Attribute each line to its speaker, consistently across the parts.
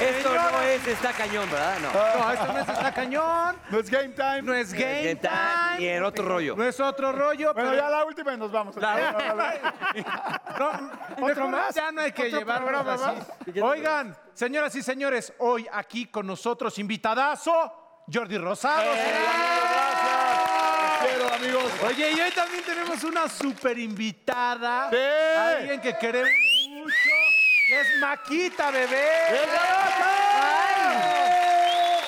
Speaker 1: Esto no es está cañón, ¿verdad? No.
Speaker 2: Ah.
Speaker 3: No, esto no es está cañón,
Speaker 4: No es game time.
Speaker 3: no es game
Speaker 1: Game time, ni
Speaker 3: time,
Speaker 1: el otro rollo.
Speaker 3: no es otro rollo,
Speaker 4: Bueno,
Speaker 3: pero
Speaker 4: ya la última y nos vamos.
Speaker 3: No, mejor
Speaker 4: más?
Speaker 3: Ya no hay que
Speaker 4: ¿Otro
Speaker 3: llevarnos
Speaker 4: programa
Speaker 3: así. Oigan, señoras y señores, hoy aquí con nosotros invitadazo Jordi Rosado.
Speaker 4: Quiero, amigos.
Speaker 3: Oye, y hoy también tenemos una super invitada.
Speaker 4: Sí.
Speaker 3: Alguien que queremos mucho. Y es Maquita, bebé.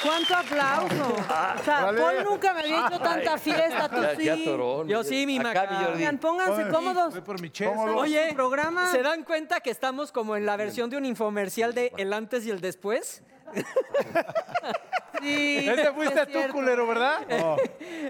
Speaker 5: ¿Cuánto aplauso? O sea,
Speaker 4: Vale.
Speaker 5: Paul nunca me había hecho tanta fiesta, tú sí.
Speaker 6: Yo sí, mi
Speaker 1: Acá,
Speaker 6: Maca.
Speaker 1: mi Jordi.
Speaker 5: Oigan, pónganse cómodos.
Speaker 3: Voy por mi chesa.
Speaker 4: ¿Cómo lo-
Speaker 6: Oye,
Speaker 5: programa.
Speaker 6: ¿se dan cuenta que estamos como en la versión de un infomercial de el antes y el después?
Speaker 5: Sí,
Speaker 3: Este
Speaker 5: es
Speaker 3: fuiste tú,
Speaker 5: cierto.
Speaker 3: culero, ¿verdad?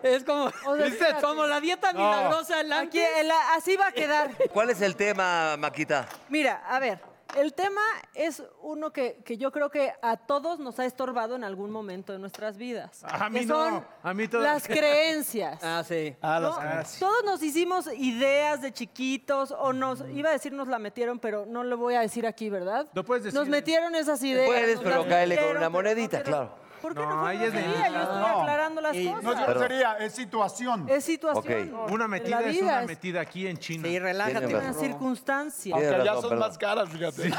Speaker 6: Es como,
Speaker 5: O sea,
Speaker 6: ¿Viste? como la dieta milagrosa, el
Speaker 5: Aquí,
Speaker 6: antes.
Speaker 5: el- así va a quedar.
Speaker 1: ¿Cuál es el tema, Maquita?
Speaker 5: Mira, a ver, el tema es uno que, que yo creo que a todos nos ha estorbado en algún momento de nuestras vidas.
Speaker 3: A mí
Speaker 5: que
Speaker 3: no,
Speaker 5: son
Speaker 3: a mí todo-
Speaker 5: Las creencias.
Speaker 6: Ah, sí.
Speaker 5: ¿no? Todos nos hicimos ideas de chiquitos o nos, iba a decir nos la metieron, pero no lo voy a decir aquí, ¿verdad?
Speaker 3: Lo puedes decir.
Speaker 5: Nos metieron esas ideas.
Speaker 1: Puedes,
Speaker 5: nos
Speaker 1: pero
Speaker 5: las
Speaker 1: cáele con
Speaker 5: metieron,
Speaker 1: una
Speaker 5: pero no
Speaker 1: monedita,
Speaker 5: quiero-
Speaker 1: claro.
Speaker 5: ¿Por qué
Speaker 3: No,
Speaker 5: no, fue
Speaker 3: ella es de
Speaker 5: grosería? Yo
Speaker 3: invitada.
Speaker 5: estoy
Speaker 3: No.
Speaker 5: aclarando las cosas.
Speaker 4: No es grosería, es situación.
Speaker 5: Es situación.
Speaker 1: Ok.
Speaker 3: Una
Speaker 5: en la
Speaker 3: metida es
Speaker 5: vida,
Speaker 3: una metida aquí en China.
Speaker 6: Sí, relájate.
Speaker 1: Tiene
Speaker 5: Una
Speaker 1: razón.
Speaker 6: burro.
Speaker 5: circunstancia.
Speaker 1: Tienes
Speaker 4: Que ya
Speaker 1: razón,
Speaker 4: son
Speaker 1: perdón.
Speaker 4: más caras, fíjate.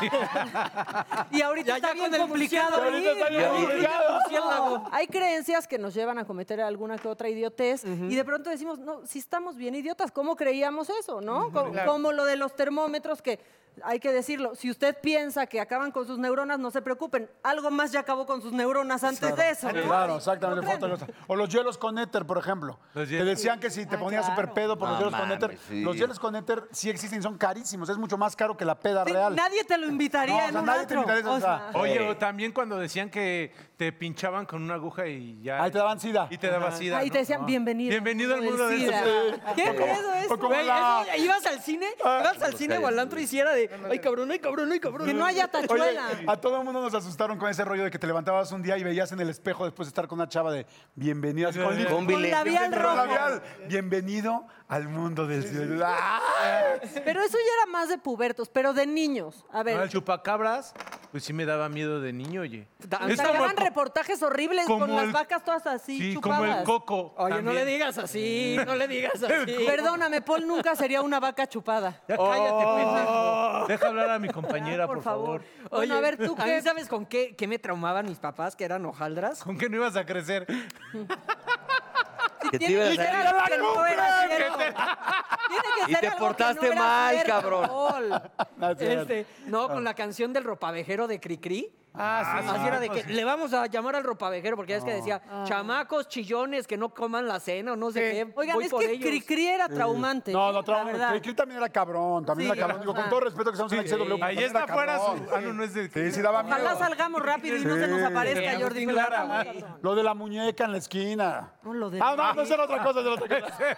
Speaker 5: Y ahorita
Speaker 6: Ya,
Speaker 5: está
Speaker 6: ya
Speaker 5: bien
Speaker 6: con el
Speaker 5: complicado.
Speaker 6: murciélago.
Speaker 4: Ya
Speaker 5: vivir, ¿no?
Speaker 4: ahorita está bien
Speaker 6: murciélago.
Speaker 5: Hay creencias que nos llevan a cometer alguna que otra idiotez y de pronto decimos, no, si estamos bien idiotas, ¿cómo creíamos eso, no? Co- Como, lo de los termómetros que hay que decirlo, si usted piensa que acaban con sus neuronas, no se preocupen, algo más ya acabó con sus neuronas antes de eso. ¿no?
Speaker 4: Claro, exactamente. fue otra cosa. O los hielos con éter, por ejemplo.
Speaker 3: Los
Speaker 4: Te
Speaker 3: hielos.
Speaker 4: decían que si te
Speaker 5: Ah,
Speaker 4: ponías
Speaker 5: claro.
Speaker 4: súper pedo por los
Speaker 1: No
Speaker 4: hielos con
Speaker 1: mames,
Speaker 4: éter.
Speaker 1: sí.
Speaker 4: Los hielos con éter sí existen, son carísimos. Es mucho más caro que la peda
Speaker 5: Sí,
Speaker 4: real.
Speaker 5: Nadie te lo invitaría
Speaker 4: No, o
Speaker 5: en
Speaker 4: sea,
Speaker 5: un
Speaker 4: nadie te
Speaker 5: antro.
Speaker 4: invitaría, o sea,
Speaker 3: Oye, o también cuando decían que te pinchaban con una aguja y ya.
Speaker 4: Ahí te daban sida.
Speaker 3: Y te daba sida.
Speaker 5: Ahí
Speaker 3: ¿no? Ah.
Speaker 5: te decían, bienvenido.
Speaker 3: Bienvenido al
Speaker 5: del
Speaker 3: mundo del
Speaker 5: SIDA". ¿Qué miedo es?
Speaker 4: O como
Speaker 6: Güey,
Speaker 4: la-
Speaker 6: eso, ¿Ibas al cine?
Speaker 3: Ah,
Speaker 6: ¿Ibas al cine o al antro y si era de, ay, cabrón, ay, cabrón, ay, cabrón?
Speaker 5: Que no haya
Speaker 4: Oye,
Speaker 5: tachuela.
Speaker 4: a todo el mundo nos asustaron con ese rollo de que te levantabas un día y veías en el espejo después de estar con una chava de bienvenida así con
Speaker 1: Con
Speaker 5: Con
Speaker 1: Billy.
Speaker 5: labial
Speaker 4: Pero
Speaker 5: rojo.
Speaker 4: labial, bienvenido al mundo del cielo. ¡Ah!
Speaker 5: Pero eso ya era más de pubertos, pero de niños. A
Speaker 3: No,
Speaker 5: ver,
Speaker 3: Ah, el chupacabras, pues sí me daba miedo de niño, oye.
Speaker 6: Ta-
Speaker 3: Es
Speaker 5: Hasta
Speaker 3: como-
Speaker 5: graban reportajes horribles
Speaker 3: como
Speaker 5: con las
Speaker 3: el-
Speaker 5: vacas todas así
Speaker 3: Sí,
Speaker 5: chupadas.
Speaker 3: como el coco.
Speaker 6: Oye, no le
Speaker 3: también.
Speaker 6: digas así, no le digas así.
Speaker 5: Perdóname, Paul nunca sería una vaca chupada. Oh. Ah,
Speaker 3: Ya cállate, pendejo. Oh. Deja hablar a mi compañera, por, favor.
Speaker 5: Bueno, a ver, ¿tú
Speaker 6: mí
Speaker 5: qué?
Speaker 6: sabes con qué, qué me traumaban mis papás, que eran hojaldras?
Speaker 3: ¿Con qué no ibas a crecer?
Speaker 1: Que te
Speaker 5: Tiene
Speaker 1: iba a
Speaker 5: que ser
Speaker 1: salir-
Speaker 5: algo que no era cierto. Tiene que
Speaker 1: Y
Speaker 5: ser
Speaker 1: te
Speaker 5: algo que
Speaker 1: portaste
Speaker 5: no era
Speaker 1: mal,
Speaker 5: cierto,
Speaker 1: cabrón.
Speaker 4: Ah,
Speaker 5: Paul.
Speaker 6: Este, no, con la canción del ropavejero de Cricri. Ah, sí. Así era de que le vamos a llamar al ropavejero, porque ya es que decía,
Speaker 5: Ah.
Speaker 6: chamacos, chillones, que no coman la cena o no sé qué.
Speaker 5: Oigan,
Speaker 6: voy
Speaker 5: es
Speaker 6: por
Speaker 5: que
Speaker 6: ellos".
Speaker 5: Cricri era
Speaker 1: Mm.
Speaker 5: traumante.
Speaker 4: No,
Speaker 5: ¿eh?
Speaker 4: no,
Speaker 5: La
Speaker 4: trauma.
Speaker 5: verdad.
Speaker 4: Cricri también era cabrón, también
Speaker 5: Sí,
Speaker 4: era cabrón. Digo,
Speaker 5: ajá.
Speaker 4: con todo respeto que estamos en la XW.
Speaker 3: Ahí
Speaker 4: también
Speaker 3: está
Speaker 4: era
Speaker 3: afuera
Speaker 4: cabrón.
Speaker 3: su. Ah, no, no es de.
Speaker 4: Sí, sí daba miedo.
Speaker 5: Ojalá salgamos rápido y no se nos aparezca
Speaker 3: Sí.
Speaker 5: Jordi
Speaker 3: Clara,
Speaker 5: Clara.
Speaker 3: güey.
Speaker 4: Lo de la muñeca en la esquina.
Speaker 5: No, lo de- Ah.
Speaker 4: Ah, no, no, esa era otra cosa, esa era otra cosa.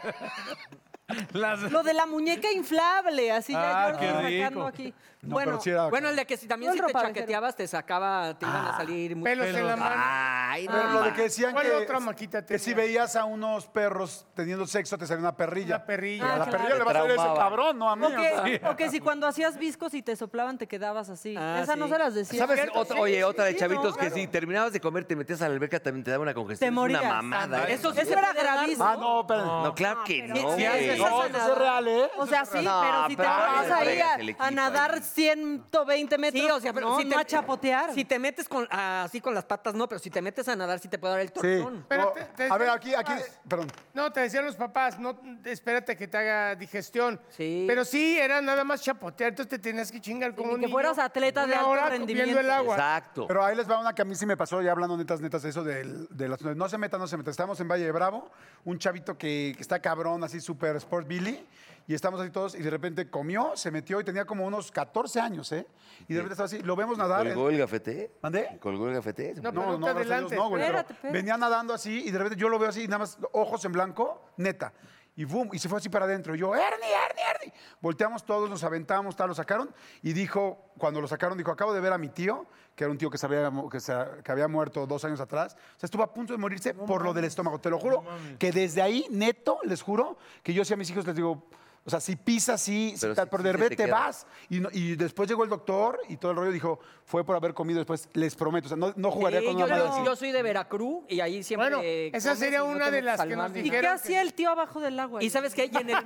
Speaker 3: Las...
Speaker 5: Lo de la muñeca inflable, así ya
Speaker 3: Ah,
Speaker 5: Jordi
Speaker 3: qué rico.
Speaker 5: sacando aquí.
Speaker 4: No,
Speaker 5: bueno,
Speaker 4: pero sí era-
Speaker 6: Bueno, el de que si también
Speaker 5: No,
Speaker 6: si
Speaker 5: el
Speaker 6: te
Speaker 5: ropavejero.
Speaker 6: chaqueteabas, te sacaba, te iban a salir muchos
Speaker 7: Pelos en la mano.
Speaker 1: Ay,
Speaker 2: Ah,
Speaker 4: Pero lo de que decían
Speaker 7: ¿Cuál
Speaker 4: que,
Speaker 7: otra maquita
Speaker 4: que
Speaker 7: tenía?
Speaker 4: si veías a unos perros teniendo sexo te salía una perrilla.
Speaker 7: Una perrilla.
Speaker 4: Pero a la
Speaker 5: Ah, claro.
Speaker 4: perrilla le va a salir ese
Speaker 1: Traumaba.
Speaker 4: cabrón, no a mí.
Speaker 5: O
Speaker 4: o sea.
Speaker 5: que, o que si cuando hacías viscos y te soplaban te quedabas así.
Speaker 6: Ah,
Speaker 5: Esa no
Speaker 6: sí.
Speaker 5: se las decía.
Speaker 1: ¿Sabes?
Speaker 5: ¿Cierto?
Speaker 1: otra,
Speaker 5: Sí,
Speaker 1: oye,
Speaker 5: sí,
Speaker 1: otra de
Speaker 5: sí,
Speaker 1: chavitos
Speaker 5: no,
Speaker 1: que
Speaker 5: claro.
Speaker 1: si terminabas de comer, te metías a la alberca, también te daba una
Speaker 5: Te
Speaker 1: congestión.
Speaker 5: morías.
Speaker 1: Es una
Speaker 2: ¿eh?
Speaker 1: mamada.
Speaker 5: Eso,
Speaker 1: Eso
Speaker 5: eso era gravísimo.
Speaker 4: Ah, no, pero...
Speaker 1: No, claro que no.
Speaker 5: Sí,
Speaker 1: güey.
Speaker 5: haces
Speaker 4: No,
Speaker 5: esas
Speaker 4: eso
Speaker 5: a
Speaker 4: es
Speaker 5: nadar.
Speaker 4: real, ¿eh?
Speaker 5: O sea, sí,
Speaker 1: No,
Speaker 5: pero si te
Speaker 1: pero
Speaker 5: pones
Speaker 1: ahí
Speaker 5: ahí
Speaker 1: fregas el
Speaker 5: a,
Speaker 1: equipo
Speaker 5: a nadar
Speaker 1: ahí.
Speaker 5: 120 metros,
Speaker 6: Sí, o sea, pero
Speaker 5: no,
Speaker 6: si
Speaker 5: no
Speaker 6: te,
Speaker 5: a chapotear.
Speaker 6: Si te metes con, así con las patas, no, pero si te metes a nadar, sí te puede dar el
Speaker 4: Sí.
Speaker 6: tortón.
Speaker 7: Pero
Speaker 4: O-
Speaker 7: te- te
Speaker 4: a ver,
Speaker 7: decían
Speaker 4: aquí, aquí...
Speaker 7: papás.
Speaker 4: Perdón.
Speaker 7: No, te decían los papás, no, espérate que te haga digestión.
Speaker 6: Sí.
Speaker 7: Pero sí, era nada más chapotear, entonces te tenías que chingar como
Speaker 5: ni
Speaker 7: un
Speaker 5: que
Speaker 7: niño
Speaker 5: fueras atleta de
Speaker 7: una
Speaker 5: alto
Speaker 7: hora
Speaker 5: rendimiento.
Speaker 7: viendo el agua.
Speaker 1: Exacto.
Speaker 4: Pero ahí les va una que a mí sí me pasó, ya hablando netas, netas, eso del, del asunto de No se meta, no se meta. Estábamos en Valle de Bravo, un chavito que, que está cabrón, así super sport Billy, y estamos así todos, y de repente comió, se metió y tenía como unos 14 años, ¿eh? Y de repente estaba así, lo vemos nadar.
Speaker 1: ¿Colgó el gafete?
Speaker 4: ¿Mandé?
Speaker 1: ¿Colgó el gafete?
Speaker 7: No,
Speaker 4: No,
Speaker 7: pero
Speaker 4: no, gracias a
Speaker 7: te
Speaker 4: Dios,
Speaker 7: adelantes.
Speaker 4: no, güey. pero
Speaker 5: Espérate, espérate.
Speaker 4: venía nadando así y de repente yo lo veo así, y nada más ojos en blanco, neta. Y boom, y se fue así para adentro. Y yo, Ernie, Ernie, Ernie. Volteamos todos, nos aventamos, tal, lo sacaron. Y dijo, cuando lo sacaron, dijo, acabo de ver a mi tío, que era un tío que, se había, mu- que, se- que había muerto dos años atrás. O sea, estuvo a punto de morirse por lo del estómago. Te lo juro, que desde ahí, neto, les juro, que yo sí a mis hijos les digo, O sea, si pisas, sí, sí,
Speaker 2: Pero
Speaker 4: tal,
Speaker 2: sí-
Speaker 4: pero
Speaker 2: sí
Speaker 4: de
Speaker 2: se te
Speaker 4: repente
Speaker 2: queda.
Speaker 4: vas. Y, no- y después llegó el doctor y todo el rollo dijo, fue por haber comido después, les prometo. O sea, no, no jugaría
Speaker 6: Sí,
Speaker 4: con
Speaker 6: yo,
Speaker 4: una madre así.
Speaker 6: yo soy de Veracruz y ahí siempre.
Speaker 7: Bueno, esa
Speaker 6: comes
Speaker 7: sería
Speaker 6: y no
Speaker 7: una
Speaker 6: te
Speaker 7: de
Speaker 6: metes
Speaker 7: las
Speaker 6: al
Speaker 7: que nos
Speaker 6: mar ni-
Speaker 5: ¿Y
Speaker 7: dijeron.
Speaker 5: qué
Speaker 7: que-
Speaker 5: hacía el tío abajo del agua?
Speaker 6: Y sabes qué? Y en el,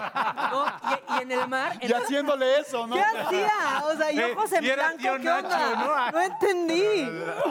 Speaker 6: No, y, y en el mar. en
Speaker 4: Y
Speaker 6: la-
Speaker 4: haciéndole eso, ¿no?
Speaker 5: ¿Qué hacía? O sea, y
Speaker 3: Eh,
Speaker 5: ojos en
Speaker 3: y era
Speaker 5: blanco,
Speaker 3: tío
Speaker 5: ¿qué onda?
Speaker 3: Nacho, ¿no? Ah.
Speaker 5: No entendí.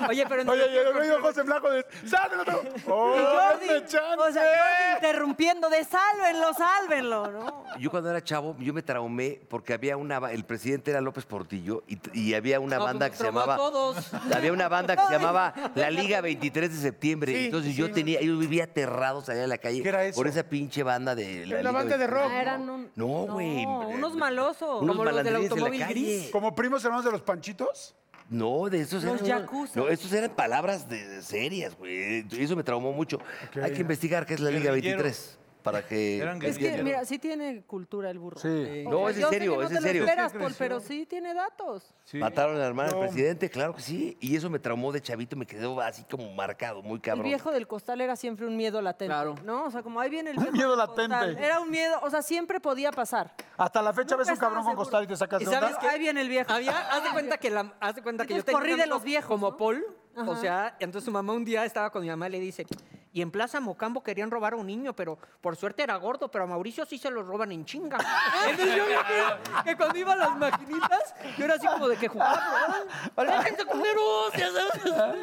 Speaker 6: Oye, pero en-
Speaker 4: Oye, y el rollo José Blanco de, ¡sáquenlo! ¡Oh,
Speaker 5: Y Jordi,
Speaker 4: denme chance!
Speaker 5: o sea, Jordi interrumpiendo de sálvenlo, sálvenlo, ¿no?
Speaker 2: Yo cuando era chavo, yo me traumé porque había una... ba- El presidente era López Portillo y, t- y había una
Speaker 6: No, pues
Speaker 2: banda
Speaker 6: nos
Speaker 2: que se
Speaker 6: traumó a
Speaker 2: llamaba...
Speaker 6: todos.
Speaker 2: Había una banda que se
Speaker 5: Ay.
Speaker 2: llamaba La Liga 23 de Septiembre.
Speaker 7: Sí,
Speaker 2: Entonces
Speaker 7: sí.
Speaker 2: yo tenía... Yo vivía aterrado, salía a la calle
Speaker 4: ¿Qué era eso?
Speaker 2: por esa pinche banda de...
Speaker 7: Era una
Speaker 2: Liga
Speaker 7: banda de
Speaker 2: 23.
Speaker 7: rock.
Speaker 5: Ah, eran un-
Speaker 2: No, güey.
Speaker 5: No,
Speaker 2: eh,
Speaker 5: unos malosos.
Speaker 2: Unos
Speaker 6: Como los del
Speaker 2: malandrines en la
Speaker 6: automóvil
Speaker 2: calle.
Speaker 6: gris.
Speaker 4: ¿Como primos hermanos de los panchitos?
Speaker 2: No, de esos
Speaker 5: Los
Speaker 2: eran.
Speaker 5: yakuza.
Speaker 2: No, esos eran palabras de, de serias, güey. Eso me traumó mucho. Hay que investigar qué es la Liga
Speaker 3: Guerrilleros.
Speaker 2: 23 para que.
Speaker 3: Eran
Speaker 5: Es que,
Speaker 3: guerrilleros.
Speaker 5: mira, sí tiene cultura el burro.
Speaker 4: Sí.
Speaker 5: O
Speaker 2: No,
Speaker 5: sea,
Speaker 2: es en
Speaker 5: yo sé
Speaker 2: serio,
Speaker 5: que
Speaker 2: es en
Speaker 5: no te lo
Speaker 2: serio.
Speaker 5: esperas, Paul, pero sí tiene datos.
Speaker 2: Mataron a la hermana
Speaker 4: No.
Speaker 2: del presidente, claro que sí. Y eso me traumó de chavito, me quedó así como marcado, muy cabrón.
Speaker 5: El viejo del costal era siempre un miedo latente.
Speaker 6: Claro.
Speaker 5: ¿No? O sea, como ahí viene el viejo
Speaker 4: miedo
Speaker 5: del
Speaker 4: latente.
Speaker 5: costal. Era un miedo, o sea, siempre podía pasar.
Speaker 4: Hasta la fecha
Speaker 5: Nunca
Speaker 4: ves un
Speaker 5: estaba
Speaker 4: cabrón con
Speaker 5: seguro.
Speaker 4: costal y te sacas
Speaker 6: ¿Y
Speaker 4: de onda.
Speaker 6: sabes qué?
Speaker 5: Ahí viene el viejo.
Speaker 6: Había, haz de cuenta que, la, haz de cuenta que yo
Speaker 5: Ah, Entonces,
Speaker 6: tenía
Speaker 5: corrí
Speaker 6: un
Speaker 5: de
Speaker 6: amigo
Speaker 5: los viejos,
Speaker 6: como
Speaker 5: ¿no?
Speaker 6: Paul,
Speaker 5: Ajá.
Speaker 6: o sea, entonces su mamá un día estaba con mi mamá y le dice, y en Plaza Mocambo querían robar a un niño, pero por suerte era gordo, pero a Mauricio sí se lo roban en chinga. Entonces yo me acuerdo que cuando iba a las maquinitas, yo era así como de que jugaba. ¡Déjense culeros! Ya sabes.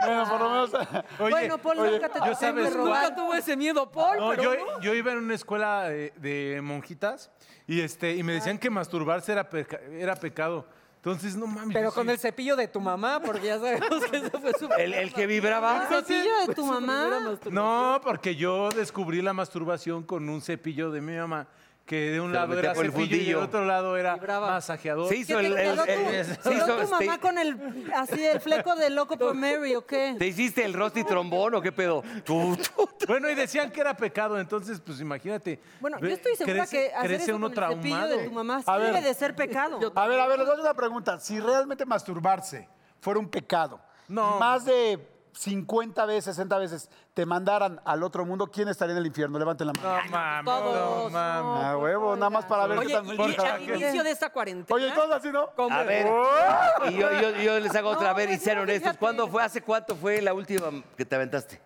Speaker 4: Bueno, por lo menos...
Speaker 3: Oye,
Speaker 5: bueno, Paul,
Speaker 3: oye,
Speaker 5: nunca te
Speaker 3: yo
Speaker 5: traté de
Speaker 3: sabes-
Speaker 5: robar.
Speaker 6: Nunca tuvo ese miedo, Paul,
Speaker 3: No,
Speaker 6: pero
Speaker 3: yo,
Speaker 6: no.
Speaker 3: yo iba en una escuela eh, de, monjitas y, este, y me decían que masturbarse era, peca- era pecado. Entonces, no mames.
Speaker 6: Pero
Speaker 3: yo
Speaker 6: con
Speaker 3: sí-
Speaker 6: el cepillo de tu mamá, porque ya sabemos que eso fue su...
Speaker 2: El, el que vibraba.
Speaker 5: ¿El cepillo de tu
Speaker 6: primera
Speaker 5: mamá?
Speaker 6: masturbación.
Speaker 3: No, porque yo descubrí la masturbación con un cepillo de mi mamá, que de un
Speaker 2: Se lo
Speaker 3: lado
Speaker 2: metía
Speaker 3: era
Speaker 2: por el
Speaker 3: cepillo y del
Speaker 2: fundillo.
Speaker 3: otro lado era
Speaker 6: Vibraba.
Speaker 3: masajeador.
Speaker 2: Se
Speaker 5: ¿Qué
Speaker 2: hizo
Speaker 5: te
Speaker 2: el. el-
Speaker 5: quedó tu-
Speaker 2: el- se
Speaker 5: quedó
Speaker 2: hizo-
Speaker 5: tu mamá
Speaker 2: te-
Speaker 5: con el, así, el fleco de loco por Mary o qué?
Speaker 2: ¿Te hiciste el rosti trombón o qué pedo? Tú, tú.
Speaker 3: Bueno, y decían que era pecado, entonces, pues imagínate.
Speaker 5: Bueno, yo
Speaker 3: Ve-
Speaker 5: estoy segura
Speaker 3: crece-
Speaker 5: que hacer
Speaker 3: crece
Speaker 5: eso
Speaker 3: uno
Speaker 5: con
Speaker 3: traumado.
Speaker 5: el cepillo de tu mamá
Speaker 4: A ver.
Speaker 5: debe de ser pecado.
Speaker 4: A ver, a ver, les voy a hacer una pregunta. Si realmente masturbarse fuera un pecado,
Speaker 3: No.
Speaker 4: y más de 50 veces, 60 veces te mandaran al otro mundo, ¿quién estaría en el infierno? Levanten la mano.
Speaker 3: No mames, no
Speaker 6: todos,
Speaker 3: mames.
Speaker 4: Ah, huevo, nada más para ver qué
Speaker 6: Oye,
Speaker 4: tan...
Speaker 6: y- y al inicio de esta cuarentena...
Speaker 4: Oye, todos así, ¿no?
Speaker 6: como-
Speaker 2: A ver. Y yo, yo- yo les hago otra
Speaker 5: No,
Speaker 2: vez y
Speaker 5: pues,
Speaker 2: ser
Speaker 5: no,
Speaker 2: honestos.
Speaker 5: fíjate.
Speaker 2: ¿Cuándo fue? ¿Hace cuánto fue la última que te aventaste?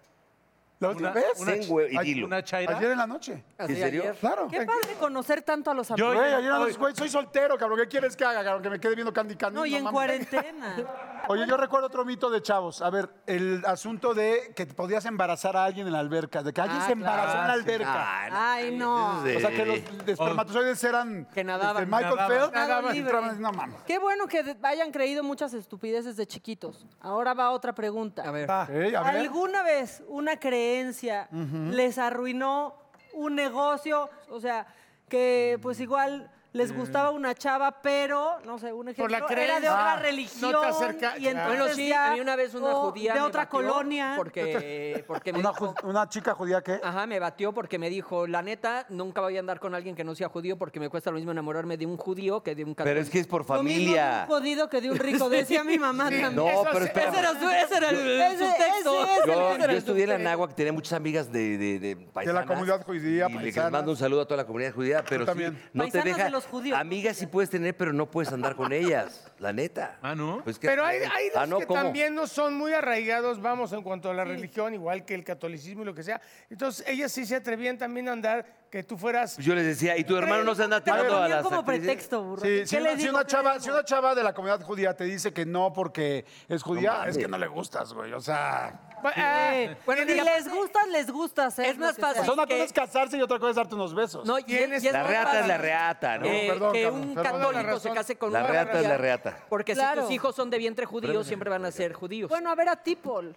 Speaker 4: ¿La última
Speaker 3: Una-
Speaker 4: vez?
Speaker 2: Sí, güey, y dilo.
Speaker 3: Una chaira.
Speaker 4: Ayer en la noche.
Speaker 6: Así,
Speaker 2: ¿En serio?
Speaker 6: ayer.
Speaker 4: Claro.
Speaker 5: Qué padre conocer tanto a los
Speaker 3: Yo-
Speaker 5: amigos.
Speaker 4: Güey, ayer en la
Speaker 3: Oye.
Speaker 4: noche, güey, soy soltero, cabrón. ¿Qué quieres que haga, cabrón? Que me quede viendo Candy Candy.
Speaker 5: No, y en
Speaker 4: mames.
Speaker 5: cuarentena.
Speaker 4: Oye, yo recuerdo otro mito de chavos. A ver, el asunto de que te podías embarazar a alguien en la alberca. De que alguien
Speaker 6: Ah,
Speaker 4: se embarazó en la alberca.
Speaker 2: Ah,
Speaker 5: Ay, no.
Speaker 2: eso es
Speaker 4: O
Speaker 2: de-
Speaker 4: sea, que los espermatozoides eran...
Speaker 6: Que nadaban,
Speaker 4: este, Michael
Speaker 3: nadaban.
Speaker 4: Phelps.
Speaker 5: Nadaban.
Speaker 4: entraban, No, mames.
Speaker 5: Qué bueno que de- hayan creído muchas estupideces de chiquitos. Ahora va otra pregunta.
Speaker 6: A ver.
Speaker 4: Ey, a ver.
Speaker 5: ¿Alguna vez una creencia les arruinó un negocio? O sea, que pues igual les gustaba una chava, pero, no sé, un ejemplo,
Speaker 7: la
Speaker 5: era de
Speaker 7: creencia.
Speaker 5: otra
Speaker 7: Ah,
Speaker 5: religión.
Speaker 7: no te acerca-
Speaker 5: y entonces
Speaker 6: Bueno, sí,
Speaker 5: ya-
Speaker 6: a mí una vez una
Speaker 5: o
Speaker 6: judía
Speaker 5: De
Speaker 6: me
Speaker 5: otra
Speaker 6: batió
Speaker 5: colonia.
Speaker 6: Porque, eh, porque me
Speaker 4: Una,
Speaker 6: dijo,
Speaker 4: ju- una chica judía que...
Speaker 6: ajá, me batió porque me dijo, la neta, nunca voy a andar con alguien que no sea judío porque me cuesta lo mismo enamorarme de un judío que de un
Speaker 2: Pero
Speaker 6: católico.
Speaker 2: es que es por
Speaker 5: Lo mismo
Speaker 2: familia.
Speaker 5: de un jodido que de un rico, decía mi mamá también.
Speaker 2: No,
Speaker 7: Eso
Speaker 2: pero
Speaker 7: sí.
Speaker 2: espera.
Speaker 6: Ese era, su, ese era el,
Speaker 5: Ese-
Speaker 6: subtexto.
Speaker 5: ese es el-
Speaker 2: Yo,
Speaker 5: ese era
Speaker 2: yo
Speaker 5: el
Speaker 2: estudié en la
Speaker 5: subtexto.
Speaker 2: Nagua, que tenía muchas amigas de, de, de paisanas,
Speaker 4: comunidad judía,
Speaker 2: Y les
Speaker 4: paisanas.
Speaker 2: mando un saludo a toda la comunidad judía, pero sí,
Speaker 4: también.
Speaker 2: no te
Speaker 5: Paisanas
Speaker 2: deja.
Speaker 5: de los judíos.
Speaker 2: Amigas sí puedes tener, pero no puedes andar con ellas, la neta.
Speaker 3: Ah, ¿no?
Speaker 2: Pues que-
Speaker 7: Pero hay, hay dos
Speaker 2: Ah, no,
Speaker 7: que
Speaker 2: ¿cómo?
Speaker 7: también no son muy arraigados, vamos, en cuanto a la religión, igual que el catolicismo y lo que sea. Entonces, ellas sí se atrevían también a andar que tú fueras...
Speaker 2: Pues Yo les decía, y tu hermano no se anda
Speaker 5: Te lo
Speaker 2: tirando a
Speaker 5: ponían
Speaker 2: las
Speaker 5: como
Speaker 2: actrices?
Speaker 5: pretexto, burro.
Speaker 4: Sí,
Speaker 5: ¿Qué
Speaker 4: si
Speaker 5: le
Speaker 4: una, si
Speaker 5: digo
Speaker 4: una
Speaker 5: que
Speaker 4: chava,
Speaker 5: no?
Speaker 4: si una chava de la comunidad judía te dice que no porque es judía,
Speaker 2: mames.
Speaker 4: es que no le gustas, güey. O sea,
Speaker 7: Va- ah,
Speaker 6: Bueno,
Speaker 5: Si
Speaker 6: mira,
Speaker 5: Eh, les gustas, les gustas. ¿eh?
Speaker 6: Es más
Speaker 5: Lo que sea.
Speaker 6: fácil.
Speaker 4: o sea, una
Speaker 6: que-
Speaker 4: cosa es casarse y otra cosa es darte unos besos.
Speaker 6: No, y- y
Speaker 7: ¿Quién
Speaker 6: es-
Speaker 7: es-
Speaker 6: y es Eh.
Speaker 2: La
Speaker 6: más
Speaker 2: reata es
Speaker 6: fácil
Speaker 2: la reata, ¿no?
Speaker 6: que-
Speaker 4: perdón,
Speaker 6: que
Speaker 4: cabrón, perdón.
Speaker 6: un
Speaker 7: Toda la
Speaker 6: católico se
Speaker 7: razón.
Speaker 6: case con
Speaker 2: La
Speaker 6: una
Speaker 2: reata es la
Speaker 6: judía,
Speaker 2: reata.
Speaker 6: Porque
Speaker 5: Claro.
Speaker 6: si tus hijos son de vientre judío, siempre van a ser judíos.
Speaker 5: Bueno, a ver a ti, Paul.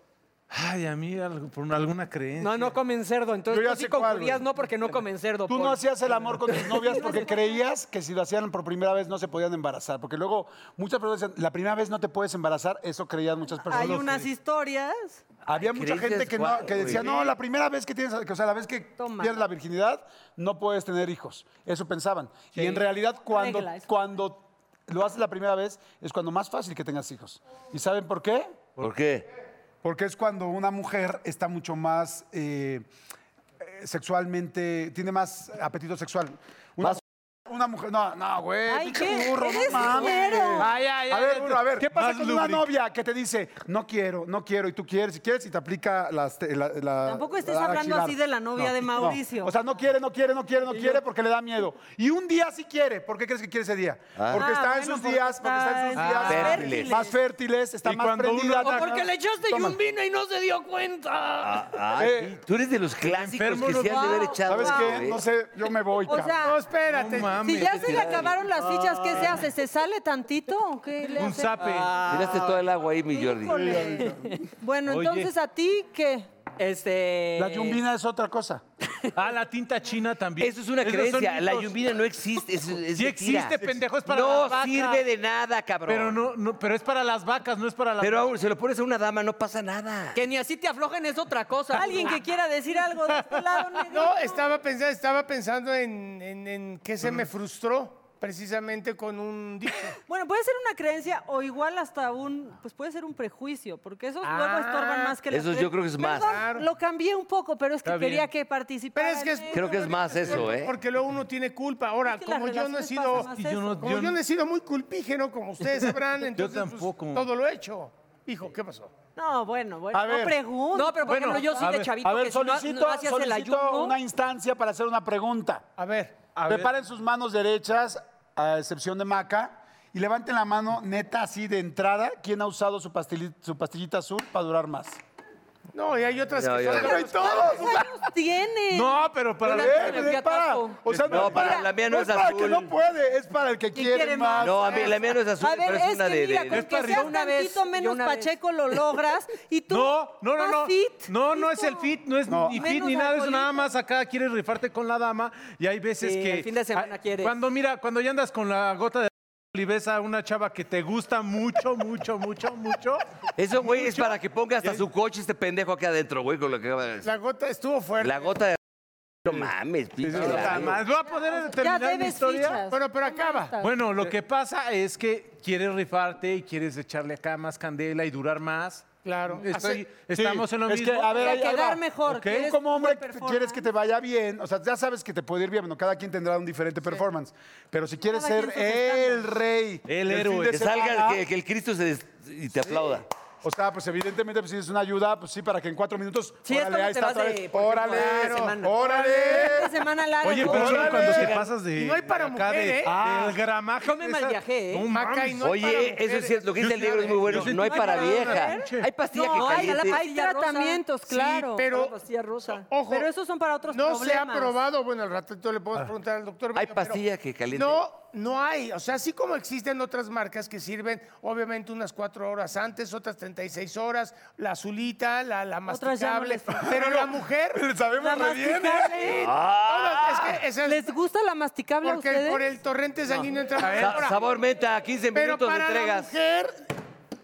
Speaker 3: Ay, a mí algo- por alguna creencia.
Speaker 6: no, no comen cerdo. Entonces,
Speaker 4: Yo ya
Speaker 6: tú sí
Speaker 4: sé
Speaker 6: con
Speaker 4: cuál,
Speaker 6: judías
Speaker 4: güey.
Speaker 6: no, porque no comen cerdo.
Speaker 4: Tú no
Speaker 6: Paul.
Speaker 4: hacías el amor con tus novias porque creías que si lo hacían por primera vez no se podían embarazar. Porque luego muchas personas decían, la primera vez no te puedes embarazar, eso creían muchas personas.
Speaker 5: Hay unas historias.
Speaker 4: Había
Speaker 2: Ay,
Speaker 4: mucha gente
Speaker 2: creencias,
Speaker 4: que, no-
Speaker 2: guau,
Speaker 4: que decía,
Speaker 2: güey.
Speaker 4: no, la primera vez que tienes, o sea, la vez que
Speaker 5: Toma.
Speaker 4: pierdes la virginidad, no puedes tener hijos. Eso pensaban. Y en realidad, cuando,
Speaker 5: Regla, es-
Speaker 4: cuando lo haces la primera vez, es cuando más fácil que tengas hijos. ¿Y saben por qué?
Speaker 2: ¿Por qué?
Speaker 4: Porque es cuando una mujer está mucho más eh, eh, sexualmente, tiene más apetito sexual. Una, una mujer, no, no, güey,
Speaker 5: Ay,
Speaker 4: pinche
Speaker 5: ¿qué?
Speaker 4: burro, no
Speaker 5: Eres
Speaker 4: mames.
Speaker 5: culero.
Speaker 3: Ay, ay,
Speaker 4: A
Speaker 3: ay,
Speaker 4: ver,
Speaker 3: ay,
Speaker 4: burro, a ver, ¿qué pasa
Speaker 3: más
Speaker 4: con una
Speaker 3: lubricante.
Speaker 4: novia que te dice, no quiero, no quiero, y tú quieres, y quieres, y te aplica las te- la, la-
Speaker 5: Tampoco estés
Speaker 4: la
Speaker 5: hablando así de la novia de Mauricio.
Speaker 4: O sea, no quiere, no quiere, no quiere, no quiere porque le da miedo. Y un día sí quiere. ¿Por qué crees que quiere ese día? Porque
Speaker 5: Ah,
Speaker 4: está en
Speaker 5: bueno,
Speaker 4: sus
Speaker 5: porque
Speaker 4: días, porque está en sus
Speaker 5: está
Speaker 4: días
Speaker 2: en
Speaker 4: más
Speaker 2: fértiles.
Speaker 4: más fértiles, está
Speaker 3: Y
Speaker 4: más
Speaker 3: cuando uno
Speaker 4: prendida.
Speaker 3: ataca-
Speaker 6: O porque le echaste
Speaker 4: Toma.
Speaker 6: un vino y no se dio cuenta.
Speaker 2: Ah, ah,
Speaker 4: Eh,
Speaker 2: tú eres de los clásicos
Speaker 3: enfermo
Speaker 2: que
Speaker 3: no-
Speaker 2: se han de haber
Speaker 5: Wow.
Speaker 2: echado.
Speaker 4: ¿Sabes
Speaker 2: güey.
Speaker 4: qué? No sé, yo me voy.
Speaker 5: O
Speaker 4: cabrón.
Speaker 5: sea,
Speaker 7: No, espérate.
Speaker 3: No mames.
Speaker 5: si ya se le acabaron las fichas, ¿qué se hace? ¿Se sale tantito o qué le
Speaker 3: Un
Speaker 5: hace?
Speaker 3: zape.
Speaker 2: Tiraste todo el agua ahí, mi Jordi.
Speaker 5: Ah, Híjole. Bueno,
Speaker 3: Oye.
Speaker 5: entonces a ti, ¿qué?
Speaker 6: Este.
Speaker 4: la yumbina es otra cosa.
Speaker 3: Ah, la tinta china también.
Speaker 2: Eso es una
Speaker 3: Esos son
Speaker 2: creencia. La
Speaker 3: mitos.
Speaker 2: yumbina no existe. Es, es
Speaker 3: Sí
Speaker 2: mentira.
Speaker 3: existe, pendejo, es para
Speaker 2: No
Speaker 3: las vacas.
Speaker 2: sirve de nada, cabrón.
Speaker 3: Pero no, no, pero es para las vacas, no es para las
Speaker 2: Pero aún se lo pones a una dama, no pasa nada.
Speaker 6: Que ni así te aflojen es otra cosa.
Speaker 5: Alguien que quiera decir algo de este lado. Nelly?
Speaker 7: No, estaba pensando, estaba pensando en, en, en que se me frustró precisamente con un dicho.
Speaker 5: Bueno, puede ser una creencia o igual hasta un, pues puede ser un prejuicio, porque esos
Speaker 6: Ah,
Speaker 5: luego estorban más que las
Speaker 2: esos yo
Speaker 5: creencias.
Speaker 2: creo que es más.
Speaker 5: Perdón, lo cambié un poco, pero es que
Speaker 3: Está bien.
Speaker 5: quería que participara.
Speaker 7: Pero es que es,
Speaker 2: Creo que es más eso, ¿eh?
Speaker 7: Porque luego uno tiene culpa. Ahora,
Speaker 5: Es que las
Speaker 7: como yo no he
Speaker 5: relaciones pasan
Speaker 7: sido,
Speaker 5: más
Speaker 3: Y yo no-
Speaker 5: eso.
Speaker 7: como yo no he sido muy culpígeno, como ustedes sabrán, entonces pues,
Speaker 3: tampoco.
Speaker 7: todo lo he hecho. Hijo, ¿qué pasó?
Speaker 5: No, bueno, bueno,
Speaker 4: A ver.
Speaker 5: no pregunto.
Speaker 6: No, pero por ejemplo, yo soy
Speaker 3: a
Speaker 6: de
Speaker 3: ver,
Speaker 6: chavito.
Speaker 4: A ver,
Speaker 6: que si no- no
Speaker 4: solicito,
Speaker 6: hacías el
Speaker 4: solicito
Speaker 6: ayuno.
Speaker 4: una instancia para hacer una pregunta.
Speaker 7: A ver.
Speaker 2: Ah.
Speaker 3: ver.
Speaker 4: Preparen sus manos derechas, a excepción de Maca, y levanten la mano neta así de entrada. ¿Quién ha usado su, pastili- su pastillita azul para durar más? ¿Eh?
Speaker 7: No, y hay otras
Speaker 2: No,
Speaker 7: que
Speaker 2: ya
Speaker 7: son-
Speaker 2: no.
Speaker 4: todos!
Speaker 5: ¿Cuántos años tiene?
Speaker 3: No, pero para
Speaker 6: Una-
Speaker 3: las-
Speaker 6: me fui a Tasco.
Speaker 4: Pues, O sea,
Speaker 2: No,
Speaker 4: es para-
Speaker 2: para la mía no es
Speaker 4: para el que
Speaker 2: azul.
Speaker 4: no puede, es para el que quiere,
Speaker 5: quiere
Speaker 4: más.
Speaker 5: más?
Speaker 2: No, a mí la mía no es azul,
Speaker 5: A ver,
Speaker 2: pero es,
Speaker 5: es
Speaker 2: una de.
Speaker 5: que mira,
Speaker 2: de-
Speaker 5: con que seas
Speaker 6: Una vez,
Speaker 5: tantito
Speaker 6: yo
Speaker 5: menos
Speaker 6: una vez.
Speaker 5: pacheco lo logras y tú
Speaker 3: No, no, no,
Speaker 5: más
Speaker 3: no.
Speaker 5: Ah, fit,
Speaker 3: no, no es el
Speaker 5: listo.
Speaker 3: fit, no es
Speaker 4: No.
Speaker 3: ni fit
Speaker 5: Menos
Speaker 3: ni nada, es
Speaker 5: alcoholito.
Speaker 3: nada más acá quieres rifarte con la dama y hay veces
Speaker 6: Sí,
Speaker 3: que
Speaker 6: el fin de semana
Speaker 3: Ah,
Speaker 6: quieres.
Speaker 3: Cuando mira, cuando ya andas con la gota de y ves a una chava que te gusta mucho, mucho, mucho, mucho.
Speaker 2: Eso, güey, es para que ponga hasta su coche este pendejo aquí adentro, güey, con lo que acaba de decir.
Speaker 7: La gota estuvo fuerte.
Speaker 2: La gota de. No mames, pinche.
Speaker 3: Puta
Speaker 2: labio.
Speaker 3: madre, ¿Voy a poder
Speaker 5: Ya
Speaker 3: terminar mi
Speaker 5: debes
Speaker 3: historia?
Speaker 5: fichas.
Speaker 7: Bueno, pero acaba.
Speaker 5: Ah,
Speaker 3: Bueno, lo que pasa es que quieres rifarte y quieres echarle acá más candela y durar más.
Speaker 7: Claro.
Speaker 3: Estoy-
Speaker 7: Hacer-
Speaker 3: estamos en lo
Speaker 4: es
Speaker 3: mismo.
Speaker 4: Que, a ver,
Speaker 5: Para
Speaker 4: ahí- ahí
Speaker 5: quedar
Speaker 4: va.
Speaker 5: mejor,
Speaker 4: Ok.
Speaker 5: quieres
Speaker 4: Tú como hombre
Speaker 5: buen performance.
Speaker 4: quieres que te vaya bien, o sea, ya sabes que te puede ir bien, bueno, cada quien tendrá un diferente performance, pero si quieres
Speaker 5: Cada
Speaker 4: ser
Speaker 5: quien sus
Speaker 4: el
Speaker 5: estándares.
Speaker 4: rey,
Speaker 3: El
Speaker 4: del
Speaker 3: héroe.
Speaker 4: fin de
Speaker 2: Que salga,
Speaker 4: semana,
Speaker 2: que, que el Cristo se des- y te aplauda.
Speaker 4: O sea, pues evidentemente pues, si es una ayuda, pues sí, para que en cuatro minutos,
Speaker 6: Sí, es
Speaker 4: órale,
Speaker 6: como
Speaker 4: ahí
Speaker 6: te
Speaker 4: está
Speaker 6: vas
Speaker 4: otra
Speaker 6: de-
Speaker 4: vez,
Speaker 6: por
Speaker 4: órale,
Speaker 6: ejemplo, cada semana.
Speaker 4: órale.
Speaker 5: Esta Este semana larga.
Speaker 3: Oye, pero
Speaker 5: ¿no?
Speaker 3: solo cuando te pasas de.
Speaker 7: Y no hay para
Speaker 3: acá
Speaker 7: mujer,
Speaker 3: de-
Speaker 7: ¿eh?
Speaker 3: Ah, el gramaje.
Speaker 6: Yo me
Speaker 3: de esa-
Speaker 6: malviajé, ¿eh?
Speaker 3: No
Speaker 7: Maca,
Speaker 3: mames.
Speaker 7: y no hay para
Speaker 2: Oye, eso es
Speaker 7: mujeres.
Speaker 2: cierto. Lo que dice el
Speaker 3: Yo sí,
Speaker 2: libro es muy bueno.
Speaker 3: yo sí
Speaker 2: No hay
Speaker 3: tengo
Speaker 2: para
Speaker 3: una
Speaker 2: vieja.
Speaker 3: pinche.
Speaker 2: Hay pastilla
Speaker 5: No,
Speaker 2: que
Speaker 5: hay,
Speaker 2: caliente.
Speaker 5: hay
Speaker 6: Pastilla rosa.
Speaker 5: tratamientos,
Speaker 7: Sí,
Speaker 5: claro.
Speaker 7: pero-
Speaker 6: Pastilla rosa.
Speaker 7: Ojo.
Speaker 5: Pero esos son para otros
Speaker 7: no se ha
Speaker 5: problemas.
Speaker 7: probado. Bueno, al ratito le podemos preguntar al doctor.
Speaker 2: Hay
Speaker 7: Vega, pero
Speaker 2: pastilla que caliente.
Speaker 7: No, no hay. O sea, así como existen otras marcas que sirven, obviamente, unas cuatro horas antes, otras 36 horas, la azulita, la, la
Speaker 5: Otras ya no
Speaker 7: masticable.
Speaker 5: les sirven.
Speaker 7: pero la mujer.
Speaker 5: La masticable.
Speaker 7: todas- es que esa es-
Speaker 5: ¿Les gusta la masticable a
Speaker 7: porque
Speaker 5: ustedes?
Speaker 7: por el torrente sanguíneo entra la
Speaker 2: Sa-
Speaker 7: ahora,
Speaker 2: sabor menta, 15
Speaker 7: Pero
Speaker 2: minutos de
Speaker 7: para la
Speaker 2: entregas.
Speaker 7: mujer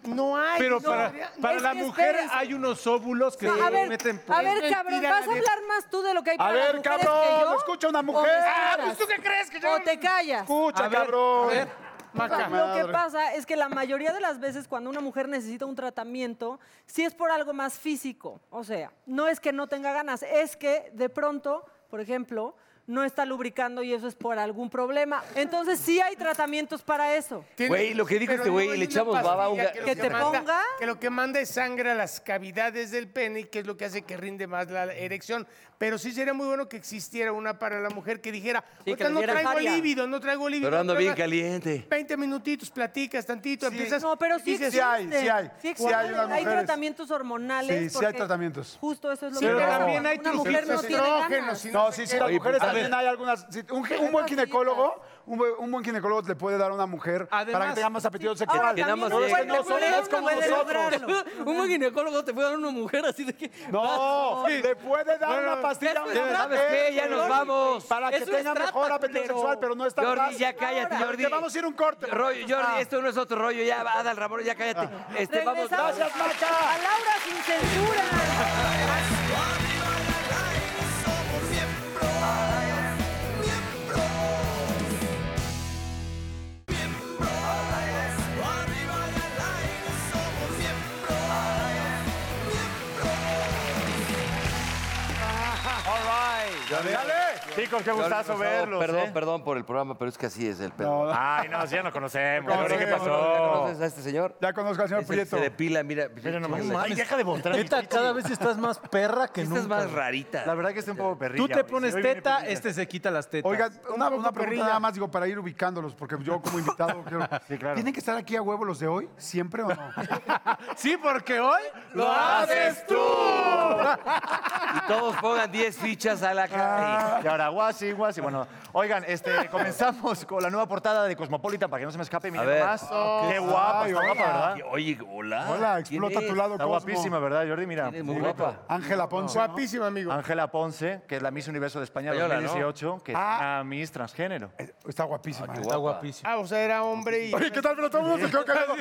Speaker 7: no hay.
Speaker 3: Pero
Speaker 7: no
Speaker 3: para,
Speaker 7: habría-
Speaker 3: para
Speaker 5: es
Speaker 3: la
Speaker 5: que
Speaker 3: mujer
Speaker 5: espérense.
Speaker 3: hay unos óvulos que
Speaker 5: No,
Speaker 3: se
Speaker 5: a ver,
Speaker 3: meten por.
Speaker 5: a ver,
Speaker 7: Es
Speaker 5: cabrón,
Speaker 7: mentira,
Speaker 5: ¿vas a
Speaker 7: Gabriel.
Speaker 5: hablar más tú de lo que hay para las
Speaker 4: ver,
Speaker 5: mujeres
Speaker 4: cabrón,
Speaker 5: que yo?
Speaker 4: escucha una
Speaker 5: ¿O me
Speaker 4: mujer. Ah,
Speaker 5: escuchas?
Speaker 4: pues, ¿tú qué crees que yo-
Speaker 5: O te callas.
Speaker 4: Escucha,
Speaker 3: A ver,
Speaker 4: cabrón.
Speaker 3: a ver.
Speaker 7: Maca.
Speaker 5: Lo que
Speaker 4: madre.
Speaker 5: pasa es que la mayoría de las veces cuando una mujer necesita un tratamiento, si es por algo más físico, o sea, no es que no tenga ganas, es que de pronto, por ejemplo, no está lubricando y eso es por algún problema. Entonces sí hay tratamientos para eso.
Speaker 7: Tiene-
Speaker 2: Güey, lo que dijo
Speaker 7: pero
Speaker 2: este güey,
Speaker 7: hay
Speaker 2: le
Speaker 7: una
Speaker 2: echamos baba a un
Speaker 7: pastilla
Speaker 2: ga-
Speaker 7: lo
Speaker 5: Que te
Speaker 7: manda-
Speaker 5: ponga.
Speaker 7: Que lo que manda es sangre a las cavidades del pene, que es lo que hace que rinde más la erección. Pero sí sería muy bueno que existiera una para la mujer que dijera,
Speaker 6: Sí, que
Speaker 7: "Ahorita
Speaker 6: le
Speaker 7: no
Speaker 6: diera
Speaker 7: traigo
Speaker 6: varia".
Speaker 7: líbido, no traigo líbido.
Speaker 2: Pero ando
Speaker 7: no
Speaker 2: bien
Speaker 7: traigo-
Speaker 2: caliente.
Speaker 7: 20 minutitos, platicas tantito, empiezas...
Speaker 5: No, pero sí,
Speaker 7: dices,
Speaker 4: sí hay,
Speaker 5: existen,
Speaker 4: sí hay, sí
Speaker 5: existen,
Speaker 4: hay unas mujeres.
Speaker 5: tratamientos hormonales.
Speaker 4: Sí, sí hay
Speaker 5: porque
Speaker 4: tratamientos.
Speaker 5: Justo eso es lo
Speaker 7: Sí,
Speaker 5: que
Speaker 7: pero
Speaker 5: pasa.
Speaker 7: también
Speaker 3: hay
Speaker 5: Una mujer no
Speaker 3: truquitos.
Speaker 5: tiene
Speaker 7: Estrógenos
Speaker 5: ganas.
Speaker 7: y
Speaker 4: No,
Speaker 7: sé
Speaker 4: sí,
Speaker 7: qué.
Speaker 4: sí, las mujeres
Speaker 2: pues, a
Speaker 4: también hay algunas. sí, un, ge- un buen ginecólogo, un, buen- un buen ginecólogo le puede dar a una mujer para que
Speaker 3: Además-
Speaker 4: tenga más apetito sexual.
Speaker 5: Ahora,
Speaker 2: Que nada más
Speaker 5: también un
Speaker 2: sea-
Speaker 5: buen
Speaker 2: No son
Speaker 5: hombre
Speaker 2: dos como
Speaker 5: puede
Speaker 4: nosotros.
Speaker 5: lograrlo.
Speaker 6: Un buen ginecólogo te puede dar una mujer así de que.
Speaker 4: No, le puede dar una pastilla.
Speaker 6: después de-
Speaker 2: ¿Sabes qué? Ya nos vamos.
Speaker 4: Para que
Speaker 6: Eso es
Speaker 4: tenga
Speaker 6: trampa,
Speaker 4: mejor apetito
Speaker 6: culero.
Speaker 4: sexual, pero no está
Speaker 2: Jordi, ya cállate, Jordi.
Speaker 4: vamos a ir a un corte.
Speaker 2: Rollo, Jordi, esto no es otro rollo. Ya, Adal Ramón, ya cállate. Este, vamos.
Speaker 5: Regresamos
Speaker 2: Gracias,
Speaker 5: A Laura sin censura.
Speaker 2: All right.
Speaker 8: Chicos, qué gustazo
Speaker 2: Perdón,
Speaker 8: verlos.
Speaker 2: Perdón,
Speaker 8: ¿eh?
Speaker 2: perdón por el programa, pero es que así es el pedo.
Speaker 4: No,
Speaker 8: Ay, no, si ya nos conocemos. Lore, ¿Qué pasó?
Speaker 2: ¿Conoces a este señor?
Speaker 4: ya conozco al señor
Speaker 2: Es el que
Speaker 4: Prieto.
Speaker 2: Se depila, mira.
Speaker 8: Mira nomás.
Speaker 2: Chécale.
Speaker 8: Ay, deja de mostrar.
Speaker 3: Neta, cada vez estás más perra que
Speaker 2: Esta
Speaker 3: nunca.
Speaker 2: es más
Speaker 3: güey.
Speaker 2: rarita.
Speaker 8: La verdad que está un poco perrilla.
Speaker 3: Tú te
Speaker 8: güey.
Speaker 3: pones
Speaker 8: Hoy viene
Speaker 3: teta,
Speaker 8: perrilla.
Speaker 3: este se quita las tetas.
Speaker 4: Oiga, una,
Speaker 7: poco
Speaker 4: una pregunta
Speaker 7: perrilla.
Speaker 4: nada más, digo, para ir ubicándolos, porque yo como invitado quiero...
Speaker 8: Sí, claro.
Speaker 4: ¿Tienen que estar aquí a huevo los de hoy? ¿Siempre o no?
Speaker 3: Sí, porque hoy...
Speaker 8: ¡Lo haces tú!
Speaker 2: Y todos pongan 10 fichas a la cara.
Speaker 8: Y ahora, guasi, guasi. Bueno, oigan, este, comenzamos con la nueva portada de Cosmopolitan para que no se me escape. Mira
Speaker 2: A ver.
Speaker 8: nomás. qué guapa, está guapa, ¿verdad?
Speaker 2: Y, Oye, hola.
Speaker 4: Hola,
Speaker 2: ¿Quién
Speaker 4: explota
Speaker 2: es?
Speaker 4: tu lado,
Speaker 8: Está
Speaker 4: Cosmo.
Speaker 8: guapísima, ¿verdad, Jordi? Mira.
Speaker 2: ¿Quién es? Muy guapa.
Speaker 4: Ángela Ponce. ¿no?
Speaker 7: Guapísimo, amigo.
Speaker 8: Ángela Ponce, que es la Miss Universo de España
Speaker 2: Española, ¿no?
Speaker 8: 2018, que es una Miss transgénero.
Speaker 4: Está guapísima. ¿eh?
Speaker 3: Está guapísimo.
Speaker 7: Ah, o sea, era hombre y...
Speaker 4: Oye, ¿qué tal? Pero todo el mundo se quedó callado.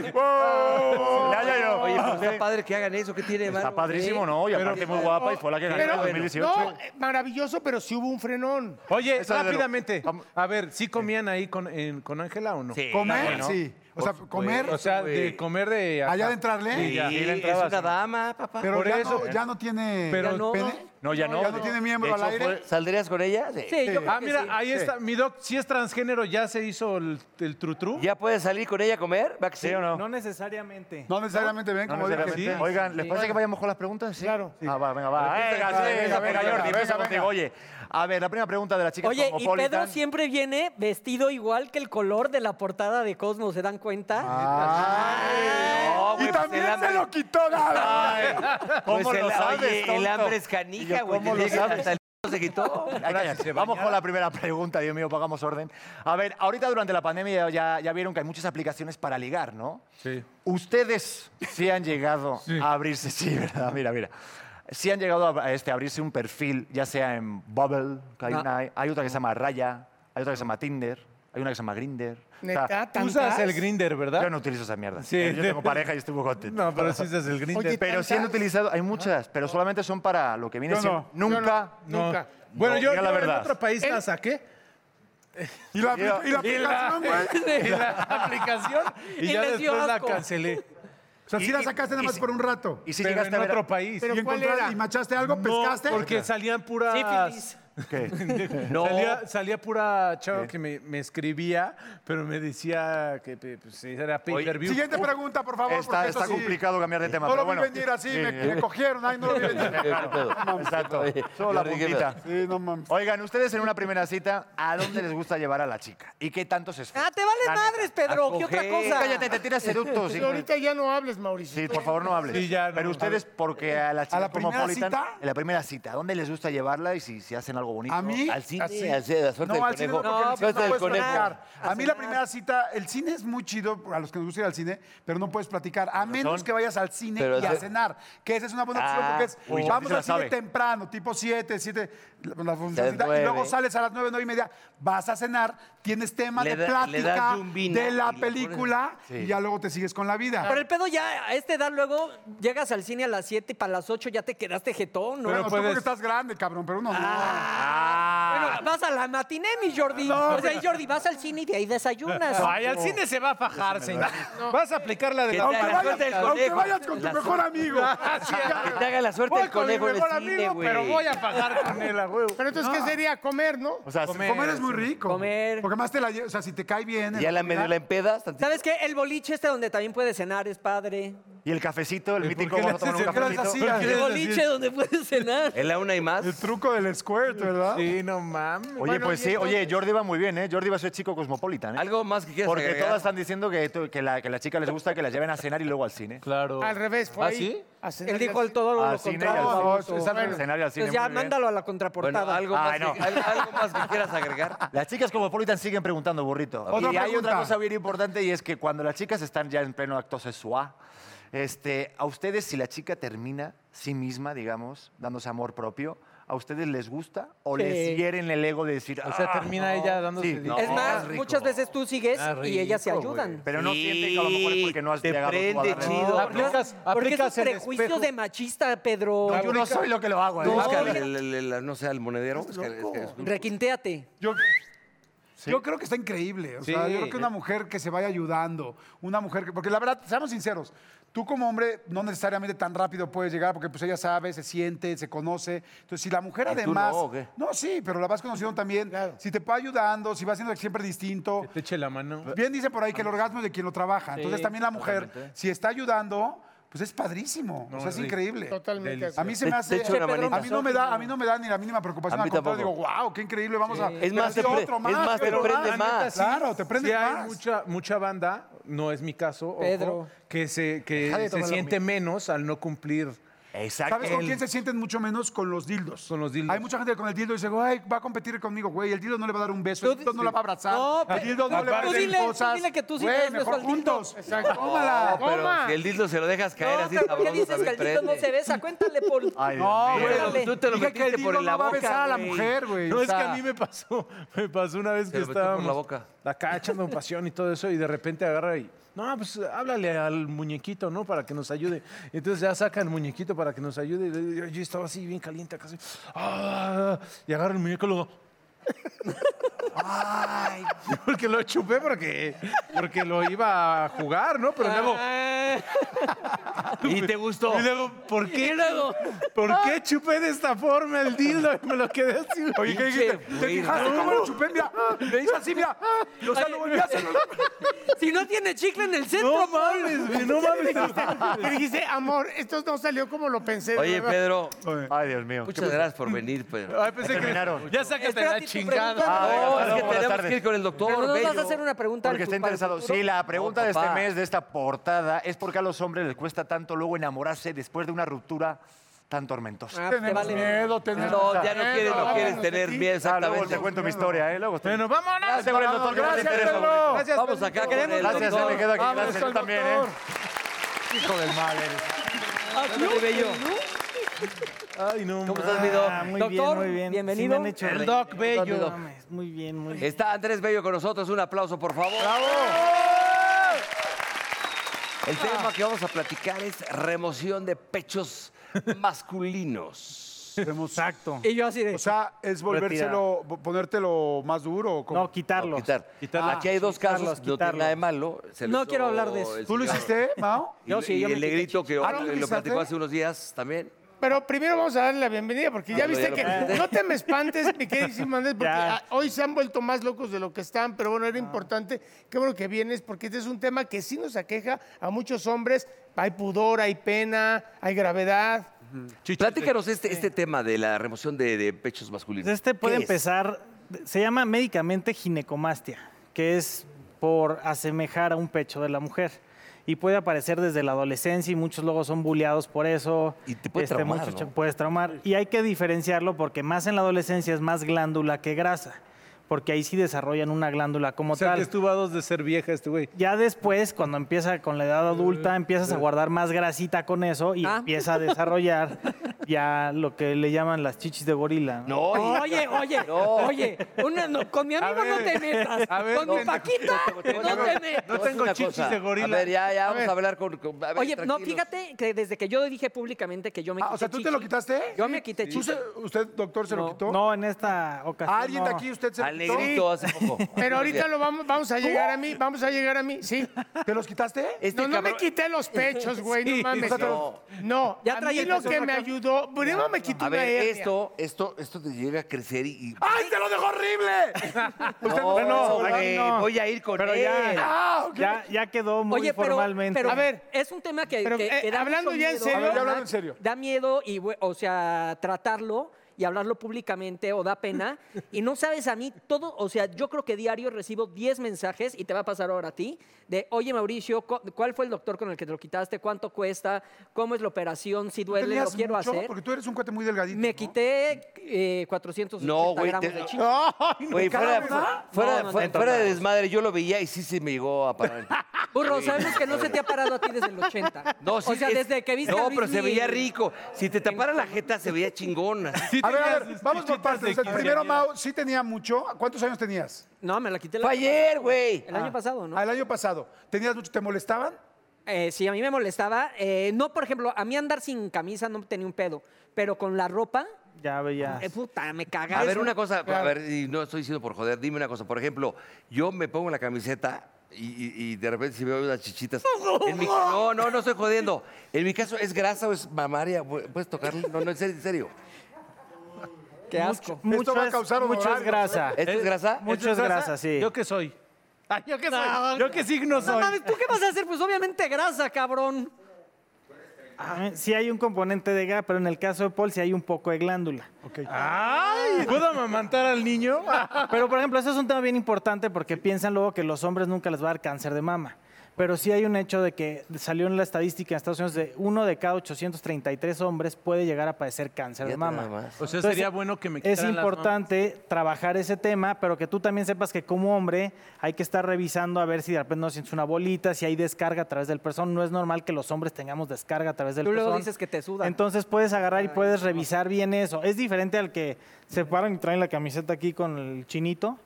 Speaker 8: Ya, ya, ya.
Speaker 2: Oye, pues, pero está
Speaker 8: Sí.
Speaker 2: padre que hagan eso. ¿Qué tiene, de
Speaker 8: Está
Speaker 2: malo? ¿Eh?
Speaker 8: padrísimo, ¿no? Y aparte muy guapa y fue la que ganó
Speaker 7: Pero-
Speaker 8: en 2018.
Speaker 7: No, eh, maravilloso, pero sí hubo un frenón.
Speaker 3: Oye,
Speaker 8: Esa de lo-
Speaker 3: rápidamente.
Speaker 8: Vamos.
Speaker 3: A ver, ¿sí comían ahí con en- con Ángela o no?
Speaker 2: Sí.
Speaker 4: ¿Comer? Sí. O sea, comer,
Speaker 3: O sea, de comer de...
Speaker 4: allá
Speaker 3: acá.
Speaker 4: de entrarle. ¿eh?
Speaker 2: Sí,
Speaker 8: ya, y le
Speaker 2: es
Speaker 8: entrabas,
Speaker 2: una
Speaker 8: ¿no?
Speaker 2: dama, papá.
Speaker 4: Pero
Speaker 3: Por
Speaker 4: ya,
Speaker 3: eso.
Speaker 4: No, ya no tiene
Speaker 3: Pero no,
Speaker 4: pene.
Speaker 8: No, eh, ya no.
Speaker 4: Ya no tiene miembro
Speaker 8: De
Speaker 4: al
Speaker 8: hecho,
Speaker 4: aire.
Speaker 8: fue-
Speaker 2: ¿Saldrías con ella? Sí.
Speaker 6: Sí, yo creo
Speaker 3: Ah,
Speaker 6: que
Speaker 3: mira,
Speaker 6: sí.
Speaker 3: ahí está. Mi doc, si es transgénero, ya se hizo el, el trutru.
Speaker 2: ¿Ya puedes salir con ella a comer? ¿Va que sí?
Speaker 8: ¿Sí o no?
Speaker 9: No necesariamente.
Speaker 4: No necesariamente ven,
Speaker 8: No
Speaker 4: como dije.
Speaker 8: necesariamente. Oigan, ¿les parece que vayamos con las preguntas? Sí.
Speaker 7: Claro.
Speaker 8: Ah, va, venga, va.
Speaker 4: Empieza,
Speaker 8: Venga,
Speaker 4: venga,
Speaker 8: sí,
Speaker 4: venga,
Speaker 8: venga, venga,
Speaker 4: venga,
Speaker 8: Jordi,
Speaker 4: venga,
Speaker 8: empieza
Speaker 4: venga.
Speaker 8: contigo. Oye, a ver, la primera pregunta de la chica
Speaker 6: Oye, y
Speaker 8: Cosmopolitan.
Speaker 6: Pedro siempre viene vestido igual que el color de la portada de Cosmos, ¿se dan cuenta?
Speaker 2: No, güey,
Speaker 4: Y
Speaker 2: pues
Speaker 4: también
Speaker 2: el hambre-
Speaker 4: se lo quitó nada.
Speaker 8: Ay, ¿Cómo
Speaker 2: pues el,
Speaker 8: lo sabes,
Speaker 2: oye, el
Speaker 8: tonto?
Speaker 2: hambre es
Speaker 8: Y yo,
Speaker 2: canija, güey.
Speaker 8: ¿Cómo
Speaker 2: te
Speaker 8: lo
Speaker 2: dije,
Speaker 8: sabes?
Speaker 2: hasta el se quitó.
Speaker 8: Ay, cállate. Vamos con la primera pregunta, Dios mío, pagamos orden. A ver, ahorita durante la pandemia ya, ya vieron que hay muchas aplicaciones para ligar, ¿no?
Speaker 3: Sí.
Speaker 8: Ustedes sí han llegado a abrirse, sí, ¿verdad? Mira, mira. Sí han llegado a este, a abrirse un perfil, ya sea en Bubble, que hay,
Speaker 6: No.
Speaker 8: una- hay otra que se llama Raya, hay otra que se llama Tinder, hay una que se llama Grinder.
Speaker 7: Neta,
Speaker 3: Tú usas
Speaker 7: ¿tantas?
Speaker 3: el grinder, ¿verdad?
Speaker 8: yo no utilizo esa mierda.
Speaker 3: Sí.
Speaker 8: Yo tengo pareja y estuve contento.
Speaker 3: No, pero sí usas el grinder.
Speaker 7: Oye,
Speaker 8: Pero sí han
Speaker 7: ¿tantas?
Speaker 8: utilizado, hay muchas, pero solamente son para lo que viene
Speaker 4: Yo
Speaker 8: siendo.
Speaker 4: no.
Speaker 8: Nunca.
Speaker 3: No.
Speaker 7: Nunca. ¿Eh?
Speaker 3: Bueno,
Speaker 8: No,
Speaker 3: yo,
Speaker 8: diga la
Speaker 3: yo
Speaker 8: verdad.
Speaker 3: en otro país la saqué.
Speaker 4: Y la, y la
Speaker 3: Y la-
Speaker 4: aplicación, güey.
Speaker 3: y la aplicación y,
Speaker 6: Y
Speaker 3: ya
Speaker 6: les dio
Speaker 3: después la
Speaker 6: asco.
Speaker 3: cancelé.
Speaker 4: O sea, sí
Speaker 8: Y-
Speaker 4: la
Speaker 8: y-
Speaker 4: sacaste nada
Speaker 8: y
Speaker 4: más
Speaker 8: si-
Speaker 4: por un rato.
Speaker 8: Y si
Speaker 3: pero
Speaker 8: llegaste
Speaker 3: en
Speaker 8: a ver.
Speaker 3: otro país.
Speaker 4: y encontraste, y machaste algo,
Speaker 3: No,
Speaker 4: pescaste.
Speaker 3: porque salían puras...
Speaker 6: Sífilis.
Speaker 3: No. Salía, salía pura chava que me, me escribía, pero me decía que pe- pues, era pay-per-view.
Speaker 4: Siguiente pregunta, por favor.
Speaker 8: Está,
Speaker 4: porque
Speaker 8: está
Speaker 4: esto sí-
Speaker 8: complicado cambiar de tema,
Speaker 4: No
Speaker 8: pero
Speaker 4: lo
Speaker 8: bueno.
Speaker 4: vi venir así,
Speaker 8: Sí,
Speaker 4: me, me cogieron. Ay, no lo vi venir.
Speaker 8: Exacto.
Speaker 2: Oye,
Speaker 8: Solo la
Speaker 2: Jordi, ¿qué
Speaker 8: puntita.
Speaker 4: Sí, no mames.
Speaker 8: Oigan, ustedes en una primera cita, ¿a dónde les gusta llevar a la chica? ¿Y qué tanto se esfuerza?
Speaker 6: Ah, te vale
Speaker 8: La neta.
Speaker 6: madres, Pedro, ¿qué otra
Speaker 2: coger.
Speaker 6: cosa?
Speaker 8: Cállate, te tiras seductos.
Speaker 7: Y
Speaker 8: hijo de-
Speaker 7: ahorita ya no hables, Mauricio.
Speaker 8: Sí, por favor, no hables.
Speaker 3: Sí, ya, no.
Speaker 8: Pero ustedes, porque a la chica
Speaker 4: Eh, ¿A la primera
Speaker 8: cosmopolitan-
Speaker 4: cita?
Speaker 8: En la primera cita, ¿a dónde les gusta llevarla y si, si hacen algo bonito?
Speaker 4: ¿A mí?
Speaker 2: Al cine,
Speaker 4: Así.
Speaker 2: al cine, la suerte
Speaker 4: No,
Speaker 2: del
Speaker 4: al cine no,
Speaker 2: conejo.
Speaker 4: porque en el cine
Speaker 2: suerte
Speaker 4: no
Speaker 2: del
Speaker 4: puedes platicar.
Speaker 2: conejo.
Speaker 4: A mí la primera cita, el cine es muy chido, a los que nos gusta ir al cine, pero no puedes platicar, a menos que vayas al cine
Speaker 2: Pero
Speaker 4: y a
Speaker 2: hacer-
Speaker 4: cenar, que esa es una buena opción
Speaker 2: Ah,
Speaker 4: porque es,
Speaker 8: uy,
Speaker 4: vamos
Speaker 8: se la
Speaker 4: al cine
Speaker 8: sabe.
Speaker 4: temprano, tipo 7, 7, la, la función,
Speaker 2: nueve.
Speaker 4: y luego sales a las 9, 9 y media, vas a cenar, tienes tema
Speaker 2: Le
Speaker 4: de
Speaker 2: da- le das
Speaker 4: plática
Speaker 2: de un vino
Speaker 4: de
Speaker 2: y le
Speaker 4: la
Speaker 2: pones-
Speaker 4: película
Speaker 2: Sí.
Speaker 4: y ya luego te sigues con la vida.
Speaker 6: Pero el pedo ya, a esta edad luego llegas al cine a las 7 y para las 8 ya te quedaste jetón, ¿no?
Speaker 4: Bueno, tú
Speaker 3: puedes-
Speaker 4: porque estás grande, cabrón, pero uno no.
Speaker 8: Ah,
Speaker 6: Bueno, vas a la matiné, mi Jordi. o sea, Jordi, vas al cine y de ahí desayunas.
Speaker 3: Ay, al cine se va a fajar, señor. Vas a aplicar la de
Speaker 2: ¿Qué
Speaker 3: la...
Speaker 2: tal?
Speaker 4: Aunque
Speaker 2: la
Speaker 4: vayas,
Speaker 2: suerte del
Speaker 4: aunque
Speaker 2: conejo.
Speaker 4: vayas con tu
Speaker 2: La
Speaker 4: mejor amigo.
Speaker 2: Que te haga la suerte
Speaker 3: Voy
Speaker 2: del
Speaker 3: con mi
Speaker 2: conejo en el
Speaker 3: mejor
Speaker 2: cine,
Speaker 3: amigo,
Speaker 2: güey.
Speaker 3: pero voy a fajar con él, a huevo.
Speaker 7: Pero entonces, ¿qué sería? Comer, ¿no?
Speaker 4: Pues,
Speaker 8: O sea,
Speaker 4: Comer es muy rico.
Speaker 6: Comer.
Speaker 4: Porque más te la lle- O sea, si te cae bien. en
Speaker 2: Ya la medio
Speaker 4: comida-
Speaker 2: la empedas. tantito.
Speaker 6: ¿Sabes qué? El boliche este donde también puedes cenar es padre.
Speaker 8: Y el cafecito, el
Speaker 3: ¿Y por
Speaker 8: mítico,
Speaker 3: qué le
Speaker 8: vamos a tomar un
Speaker 3: haces el-
Speaker 8: cafecito.
Speaker 4: así?
Speaker 3: ¿Por qué
Speaker 6: El
Speaker 3: le haces
Speaker 6: boliche
Speaker 3: así?
Speaker 6: donde puedes cenar.
Speaker 2: ¿En la una y más?
Speaker 4: El truco del squirt, ¿verdad?
Speaker 3: Sí, no mames.
Speaker 8: Oye, pues sí, oye, Jordi va muy bien, ¿eh? Jordi va a ser chico cosmopolitan, ¿eh?
Speaker 2: ¿Algo más que quieras
Speaker 8: Porque
Speaker 2: agregar?
Speaker 8: todas están diciendo que, tú- que la, que la chica les gusta que las lleven a cenar y luego al cine.
Speaker 3: Claro.
Speaker 7: Al revés, fue
Speaker 3: ¿Ah,
Speaker 7: ahí.
Speaker 3: sí?
Speaker 7: A cenar
Speaker 6: Él
Speaker 7: y
Speaker 6: dijo
Speaker 7: al-
Speaker 6: el todo lo
Speaker 8: Al cine y al
Speaker 6: contrario.
Speaker 8: cine.
Speaker 6: baboso.
Speaker 8: Es al
Speaker 6: Bueno,
Speaker 8: revés, cenar y al cine,
Speaker 6: Pues ya,
Speaker 8: muy bien.
Speaker 6: mándalo a la
Speaker 2: Bueno,
Speaker 6: contraportada.
Speaker 2: ¿algo,
Speaker 8: Ay,
Speaker 2: más que,
Speaker 8: no.
Speaker 2: al- algo más que quieras agregar.
Speaker 8: Las chicas cosmopolitan siguen preguntando, burrito.
Speaker 4: Otra
Speaker 8: y hay
Speaker 4: pregunta.
Speaker 8: otra cosa bien importante y es que cuando las chicas están ya en pleno acto sexual, este, a ustedes, si la chica termina sí misma, digamos, dándose amor propio, ¿a ustedes les gusta o
Speaker 6: Sí.
Speaker 8: les hieren el ego de decir,
Speaker 3: O sea,
Speaker 8: "Ah,
Speaker 3: termina ella dándose...
Speaker 8: Sí,
Speaker 3: el-
Speaker 8: no.
Speaker 6: es más,
Speaker 8: rico.
Speaker 6: muchas veces tú sigues
Speaker 3: Ah,
Speaker 6: y ellas se
Speaker 3: rico, güey.
Speaker 6: ayudan.
Speaker 8: Pero no
Speaker 2: Sí,
Speaker 8: sienten que a lo mejor es porque no has
Speaker 2: te
Speaker 8: llegado tú a
Speaker 2: prende
Speaker 8: darle-
Speaker 2: chido.
Speaker 6: No,
Speaker 3: Aplicas-
Speaker 6: porque
Speaker 3: aplicas
Speaker 6: esos
Speaker 3: el
Speaker 6: prejuicios
Speaker 3: espejo.
Speaker 6: de machista, Pedro.
Speaker 8: No, yo no soy lo que lo hago. ¿eh?
Speaker 2: No,
Speaker 6: No,
Speaker 2: busca
Speaker 6: mira.
Speaker 2: el- el- el- no sé, al monedero. busca- es que- es que-
Speaker 6: Requintéate.
Speaker 4: Yo, Yo creo que está increíble. O sea,
Speaker 3: Sí.
Speaker 4: yo creo que una mujer que se vaya ayudando, una mujer que. Porque la verdad, seamos sinceros, tú como hombre no necesariamente tan rápido puedes llegar porque pues ella sabe, se siente, se conoce. Entonces, si la mujer
Speaker 2: ¿Y tú
Speaker 4: además.
Speaker 2: no, o qué?
Speaker 4: no, sí, pero la vas conociendo también. Si te va ayudando, si va haciendo siempre distinto.
Speaker 3: Que te eche la mano.
Speaker 4: Bien dice por ahí que el orgasmo es de quien lo trabaja. Entonces también la mujer, si está ayudando, pues es padrísimo. o sea, es
Speaker 3: rico.
Speaker 4: increíble.
Speaker 7: Totalmente. de
Speaker 4: A
Speaker 7: acuerdo.
Speaker 4: mí se
Speaker 2: De-
Speaker 4: me hace.
Speaker 2: de hecho, la manita.
Speaker 4: a mí no me da, a mí no me da ni la mínima preocupación.
Speaker 2: A
Speaker 4: Al
Speaker 2: mí
Speaker 4: contrario, digo,
Speaker 2: tampoco.
Speaker 4: wow, qué increíble, vamos a.
Speaker 2: Es más,
Speaker 4: pero
Speaker 2: te
Speaker 4: sí,
Speaker 2: pre-
Speaker 4: otro
Speaker 2: es más,
Speaker 4: sí,
Speaker 2: te
Speaker 4: otro
Speaker 2: prende más.
Speaker 4: Claro, te prende
Speaker 3: Sí,
Speaker 4: más.
Speaker 3: hay mucha, mucha banda, no es mi caso, ojo,
Speaker 6: Pedro.
Speaker 3: que se, que se siente menos al no cumplir.
Speaker 2: Exacto.
Speaker 4: ¿Sabes con quién se sienten mucho menos? Con los dildos.
Speaker 3: Con los dildos.
Speaker 4: Hay mucha gente que con el dildo dice, güey, va a competir conmigo, güey. El dildo no le va a dar un beso, el dildo no la va a abrazar.
Speaker 6: No,
Speaker 4: el
Speaker 6: pero-
Speaker 4: dildo no le va a
Speaker 6: tú
Speaker 4: decir
Speaker 6: dile- tú
Speaker 4: cosas.
Speaker 6: dile que tú sí
Speaker 4: Güey,
Speaker 6: le das beso
Speaker 4: mejor
Speaker 6: al dildo.
Speaker 4: juntos.
Speaker 7: Exacto.
Speaker 4: Tómala.
Speaker 2: No, pero
Speaker 7: Toma.
Speaker 2: si el dildo se lo dejas caer
Speaker 6: No,
Speaker 2: así,
Speaker 6: pero ¿por ¿qué
Speaker 2: sabroso,
Speaker 6: dices que
Speaker 2: también
Speaker 6: el dildo no
Speaker 2: prende.
Speaker 6: se besa? Cuéntale por...
Speaker 8: Ay, Dios
Speaker 4: No,
Speaker 8: mío.
Speaker 4: güey.
Speaker 6: Cuéntale.
Speaker 2: Tú te lo
Speaker 4: Dije que el
Speaker 2: metiste
Speaker 4: dildo
Speaker 2: por la
Speaker 4: no va a besar
Speaker 2: boca,
Speaker 4: a la
Speaker 2: güey.
Speaker 4: mujer, güey.
Speaker 3: No,
Speaker 4: O
Speaker 3: es que
Speaker 4: sea,
Speaker 3: a mí me pasó, me pasó una vez
Speaker 2: Se
Speaker 3: que
Speaker 2: lo metió por la
Speaker 3: estábamos
Speaker 2: boca.
Speaker 3: acá echando pasión y todo eso y de repente agarra y, no, pues háblale al muñequito, ¿no? Para que nos ayude. Entonces ya saca el muñequito para que nos ayude. y le- Yo, yo estaba así bien caliente, casi. ¡ah! y agarra el muñeco y luego... Ay, porque lo chupé porque, porque lo iba a jugar, ¿no? Pero luego...
Speaker 2: ¿Y te gustó?
Speaker 3: Y luego, ¿por qué? ¿Por qué chupé de esta forma el dildo? Y me lo quedé así.
Speaker 4: Oye, ¿qué
Speaker 2: Pinche
Speaker 4: dijiste? ¿Te
Speaker 2: güey,
Speaker 4: fijaste
Speaker 2: no.
Speaker 4: cómo lo chupé? Mira, le hice así, mira. O sea, lo volví a hacer.
Speaker 6: Si no tiene chicle en el centro,
Speaker 3: No mames, güey, no mames.
Speaker 7: Y dijiste, amor, esto no salió como lo pensé. de
Speaker 2: Oye,
Speaker 7: verdad.
Speaker 2: Pedro,
Speaker 8: Ay, Dios mío.
Speaker 2: muchas gracias por venir, Pedro.
Speaker 3: Ay, pensé
Speaker 8: Terminaron.
Speaker 3: Ya sácate
Speaker 6: Espérate,
Speaker 3: la
Speaker 6: tu
Speaker 3: chingada.
Speaker 6: pregunta.
Speaker 8: Ah,
Speaker 2: No, oh, es que
Speaker 8: buenas
Speaker 2: tenemos
Speaker 8: tardes.
Speaker 2: que ir con el
Speaker 6: Pero
Speaker 2: doctor.
Speaker 6: no nos vas a
Speaker 2: bello.
Speaker 6: hacer una pregunta. al
Speaker 8: Porque está
Speaker 6: futuro-
Speaker 8: interesado.
Speaker 6: al futuro.
Speaker 8: Sí, la pregunta
Speaker 2: No,
Speaker 8: de este
Speaker 2: papá.
Speaker 8: mes, de esta portada, es por qué a los hombres les cuesta tanto luego enamorarse después de una ruptura tan tormentosa.
Speaker 6: Ah, te
Speaker 4: Tenemos
Speaker 6: vale.
Speaker 4: miedo, tenemos.
Speaker 2: No, ya no quieres, no
Speaker 7: vámonos
Speaker 2: quieres
Speaker 7: de
Speaker 2: tener
Speaker 7: aquí.
Speaker 2: miedo,
Speaker 8: Ah, luego te
Speaker 2: exactamente.
Speaker 8: cuento mi historia, ¿eh? Luego te-
Speaker 3: Bueno, vámonos.
Speaker 8: Gracias por el doctor, que va a
Speaker 4: Gracias,
Speaker 8: tener eso,
Speaker 4: Pedro.
Speaker 8: bonito.
Speaker 2: Vamos acá con el
Speaker 8: Gracias, se me
Speaker 2: doctor.
Speaker 8: quedo aquí.
Speaker 4: Vámonos
Speaker 8: Gracias,
Speaker 4: con
Speaker 8: yo
Speaker 4: el
Speaker 8: también, ¿eh?
Speaker 4: doctor.
Speaker 8: Hijo del mal eres.
Speaker 2: Ándale, bello.
Speaker 3: Ay, no.
Speaker 2: ¿Cómo estás, mi doc?
Speaker 9: Muy bien,
Speaker 6: Doctor,
Speaker 9: muy bien.
Speaker 6: bienvenido.
Speaker 9: Sí me han hecho
Speaker 3: El
Speaker 9: reír.
Speaker 3: Doc Bello.
Speaker 9: No mames, Muy bien, muy bien.
Speaker 2: Está Andrés Bello con nosotros, un aplauso, por favor. ¡Bravo! El tema que vamos a platicar es remoción de pechos masculinos.
Speaker 9: Pues, Exacto.
Speaker 6: Y yo así de...
Speaker 4: O sea, es volvérselo, ponértelo más duro. ¿cómo?
Speaker 9: No, quitarlo.
Speaker 2: Quitar.
Speaker 9: Quitarlo.
Speaker 2: Aquí hay dos casos,
Speaker 9: Quitarlo,
Speaker 2: no tiene
Speaker 9: quitarlo.
Speaker 2: nada de malo. se lo
Speaker 6: No
Speaker 2: hizo
Speaker 6: quiero hablar de eso.
Speaker 2: el
Speaker 4: ¿Tú lo
Speaker 2: señor-
Speaker 4: hiciste, Mao?
Speaker 2: Y,
Speaker 9: Yo sí,
Speaker 2: y
Speaker 9: yo me
Speaker 2: el
Speaker 9: quité
Speaker 2: negrito que
Speaker 4: Ah, ¿no lo
Speaker 2: lo platicó
Speaker 4: pisaste?
Speaker 2: hace unos días también.
Speaker 7: Pero primero vamos a darle la bienvenida, porque ya
Speaker 2: Ah,
Speaker 7: viste
Speaker 2: ya lo
Speaker 7: que
Speaker 2: presenté.
Speaker 7: no te me espantes, mi queridísimo Andrés, porque
Speaker 9: Ya.
Speaker 7: ah, hoy se han vuelto más locos de lo que están, pero bueno, era importante. Qué bueno que vienes, porque este es un tema que sí nos aqueja a muchos hombres. Hay pudor, hay pena, hay gravedad.
Speaker 2: Platícanos este, este tema de la remoción de, de pechos
Speaker 9: Pues
Speaker 2: masculinos.
Speaker 9: Este puede
Speaker 2: ¿Qué es?
Speaker 9: empezar, se llama médicamente ginecomastia, que es por asemejar a un pecho de la mujer. Y puede aparecer desde la adolescencia y muchos luego son buleados por eso. Este,
Speaker 2: Y te puede traumar,
Speaker 9: muchos
Speaker 2: ¿no?
Speaker 9: ch- puedes traumar. Y hay que diferenciarlo porque más en la adolescencia es más glándula que grasa, porque ahí sí desarrollan una glándula como
Speaker 3: O sea,
Speaker 9: tal.
Speaker 3: que estuvo a dos de ser vieja este güey.
Speaker 9: Ya después, cuando empieza con la edad adulta, empiezas a guardar más grasita con eso y
Speaker 6: Ah.
Speaker 9: empieza a desarrollar ya lo que le llaman las chichis de gorila. ¿no?
Speaker 2: No, y-
Speaker 6: Oye, oye, oye, una- no, con mi amigo no te metas, con mi Paquita no te, metas.
Speaker 3: No tengo
Speaker 2: una
Speaker 3: chichis
Speaker 2: cosa.
Speaker 3: de gorila.
Speaker 2: A ver, ya, ya vamos a hablar con. con- a ver,
Speaker 6: Oye, no,
Speaker 2: tranquilos.
Speaker 6: fíjate que desde que yo dije públicamente que yo me
Speaker 4: Ah,
Speaker 6: quité
Speaker 4: o sea, ¿tú te lo
Speaker 6: chichi,
Speaker 4: quitaste?
Speaker 6: Yo me quité
Speaker 4: ¿Tú
Speaker 6: chichi.
Speaker 4: se- ¿Usted, doctor, se lo quitó?
Speaker 9: No, en esta ocasión.
Speaker 3: Ah,
Speaker 4: ¿A ¿Alguien de
Speaker 9: no.
Speaker 4: aquí usted se
Speaker 2: Al
Speaker 4: lo quitó?
Speaker 2: negrito hace poco.
Speaker 7: Pero ahorita lo vamos, vamos a llegar a mí, vamos a llegar a mí, sí.
Speaker 4: ¿Te los quitaste?
Speaker 2: Este
Speaker 7: no, no me
Speaker 2: cabrón-
Speaker 7: quité los pechos, güey, no mames.
Speaker 2: no.
Speaker 7: No, no
Speaker 6: Ya
Speaker 7: a
Speaker 6: traía
Speaker 7: mí
Speaker 6: el
Speaker 7: lo
Speaker 6: pezón
Speaker 7: que
Speaker 6: acá.
Speaker 7: me ayudó, primero me quitó
Speaker 2: A
Speaker 7: una
Speaker 2: ver,
Speaker 7: hernia.
Speaker 2: esto, esto, esto te llega a crecer y. y-
Speaker 4: ¡Ay, te lo dejó horrible! Usted
Speaker 2: No,
Speaker 9: no,
Speaker 2: güey,
Speaker 9: no, no.
Speaker 2: Eh, voy a ir con
Speaker 9: Pero
Speaker 2: él.
Speaker 9: ya-
Speaker 4: ¡Ah, ok!
Speaker 9: Ya, ya quedó muy
Speaker 6: Oye, pero,
Speaker 9: formalmente.
Speaker 6: pero
Speaker 7: A ver,
Speaker 6: es un tema que,
Speaker 7: pero,
Speaker 6: que- que
Speaker 7: eh,
Speaker 6: da
Speaker 7: hablando
Speaker 6: mucho
Speaker 7: ya en
Speaker 6: miedo.
Speaker 7: serio. A ver, ya
Speaker 4: hablando en serio.
Speaker 6: Da miedo y, bu- o sea, tratarlo y hablarlo públicamente o da pena. y no sabes a mí todo, o sea, yo creo que diario recibo 10 mensajes y te va a pasar ahora a ti de, oye Mauricio, cu- ¿cuál fue el doctor con el que te lo quitaste? ¿Cuánto cuesta? ¿Cómo es la operación? Si
Speaker 5: pues,
Speaker 6: duele, lo
Speaker 4: ¿Tenías
Speaker 6: quiero
Speaker 4: mucho?
Speaker 6: hacer.
Speaker 4: Porque tú eres un cuate muy delgadito.
Speaker 6: Me
Speaker 4: ¿no?
Speaker 6: quité eh, 480
Speaker 2: No, güey,
Speaker 6: gramos
Speaker 2: te-
Speaker 6: de chichi.
Speaker 2: Güey, fuera,
Speaker 4: ¿verdad?
Speaker 2: fuera,
Speaker 6: No, no,
Speaker 2: fuera-
Speaker 6: no, no.
Speaker 2: fuera de desmadre, yo lo veía y sí se me llegó a parar.
Speaker 6: Burro, sabemos que no se te ha parado a ti desde el 80.
Speaker 2: No, sí,
Speaker 6: o sea,
Speaker 2: es-
Speaker 6: desde que viste a
Speaker 2: No,
Speaker 6: Luis
Speaker 2: pero se
Speaker 6: Miguel.
Speaker 2: veía rico. Si te tapara la jeta, se veía chingona.
Speaker 4: A ver, a ver, vamos por partes. O sea, primero, Mao, sí tenía mucho. ¿Cuántos años tenías?
Speaker 6: No, me la quité
Speaker 2: Fue
Speaker 6: la-
Speaker 2: ayer, güey.
Speaker 6: el año pasado, ¿no?
Speaker 4: Ah, el año pasado. ¿Tenías mucho? ¿Te molestaban?
Speaker 6: Eh, sí, a mí me molestaba. eh, no, por ejemplo, a mí andar sin camisa no tenía un pedo, pero con la ropa
Speaker 9: ya veías.
Speaker 6: Eh, puta, me cagaba.
Speaker 2: A ver, una cosa, a ver, y no estoy diciendo por joder, dime una cosa. Por ejemplo, yo me pongo la camiseta y, y- y de repente si veo las chichitas. en mi- no, no, no estoy jodiendo. En mi caso, ¿es grasa o es mamaria? ¿Puedes tocarla? No, no, en serio. En serio.
Speaker 6: Qué asco.
Speaker 9: Mucho
Speaker 4: va a
Speaker 9: es-
Speaker 4: causar
Speaker 9: mucho es
Speaker 4: honorarios, ¿eh?
Speaker 9: grasa.
Speaker 2: ¿Esto es grasa?
Speaker 9: Mucho es grasa, sí.
Speaker 3: ¿Yo qué soy? Ah, ¿Yo qué soy? ¿Yo qué signo
Speaker 6: No
Speaker 3: soy?
Speaker 6: mames, ¿tú qué vas a hacer? Pues obviamente grasa, cabrón.
Speaker 9: Ah, Sí hay un componente de gas, pero en el caso de Paul sí hay un poco de glándula.
Speaker 3: ¡Ay! ¿Puedo amamantar al niño?
Speaker 9: Pero, por ejemplo, eso es un tema bien importante porque piensan luego que los hombres nunca les va a dar cáncer de mama. Pero sí hay un hecho de que salió en la estadística en Estados Unidos de uno de cada 833 hombres puede llegar a padecer cáncer
Speaker 2: Fíjate
Speaker 9: de mama.
Speaker 2: nada más.
Speaker 3: O sea,
Speaker 9: Entonces,
Speaker 3: sería bueno que me
Speaker 9: Es
Speaker 3: quitaran las
Speaker 9: importante trabajar ese tema, pero que tú también sepas que como hombre hay que estar revisando a ver si de repente no sientes una bolita, si hay descarga a través del pezón. No es normal que los hombres tengamos descarga a través del
Speaker 6: Tú
Speaker 9: pezón.
Speaker 6: luego dices que te suda.
Speaker 9: Entonces puedes agarrar y puedes revisar bien eso. Es diferente al que se paran y traen la camiseta aquí con el chinito.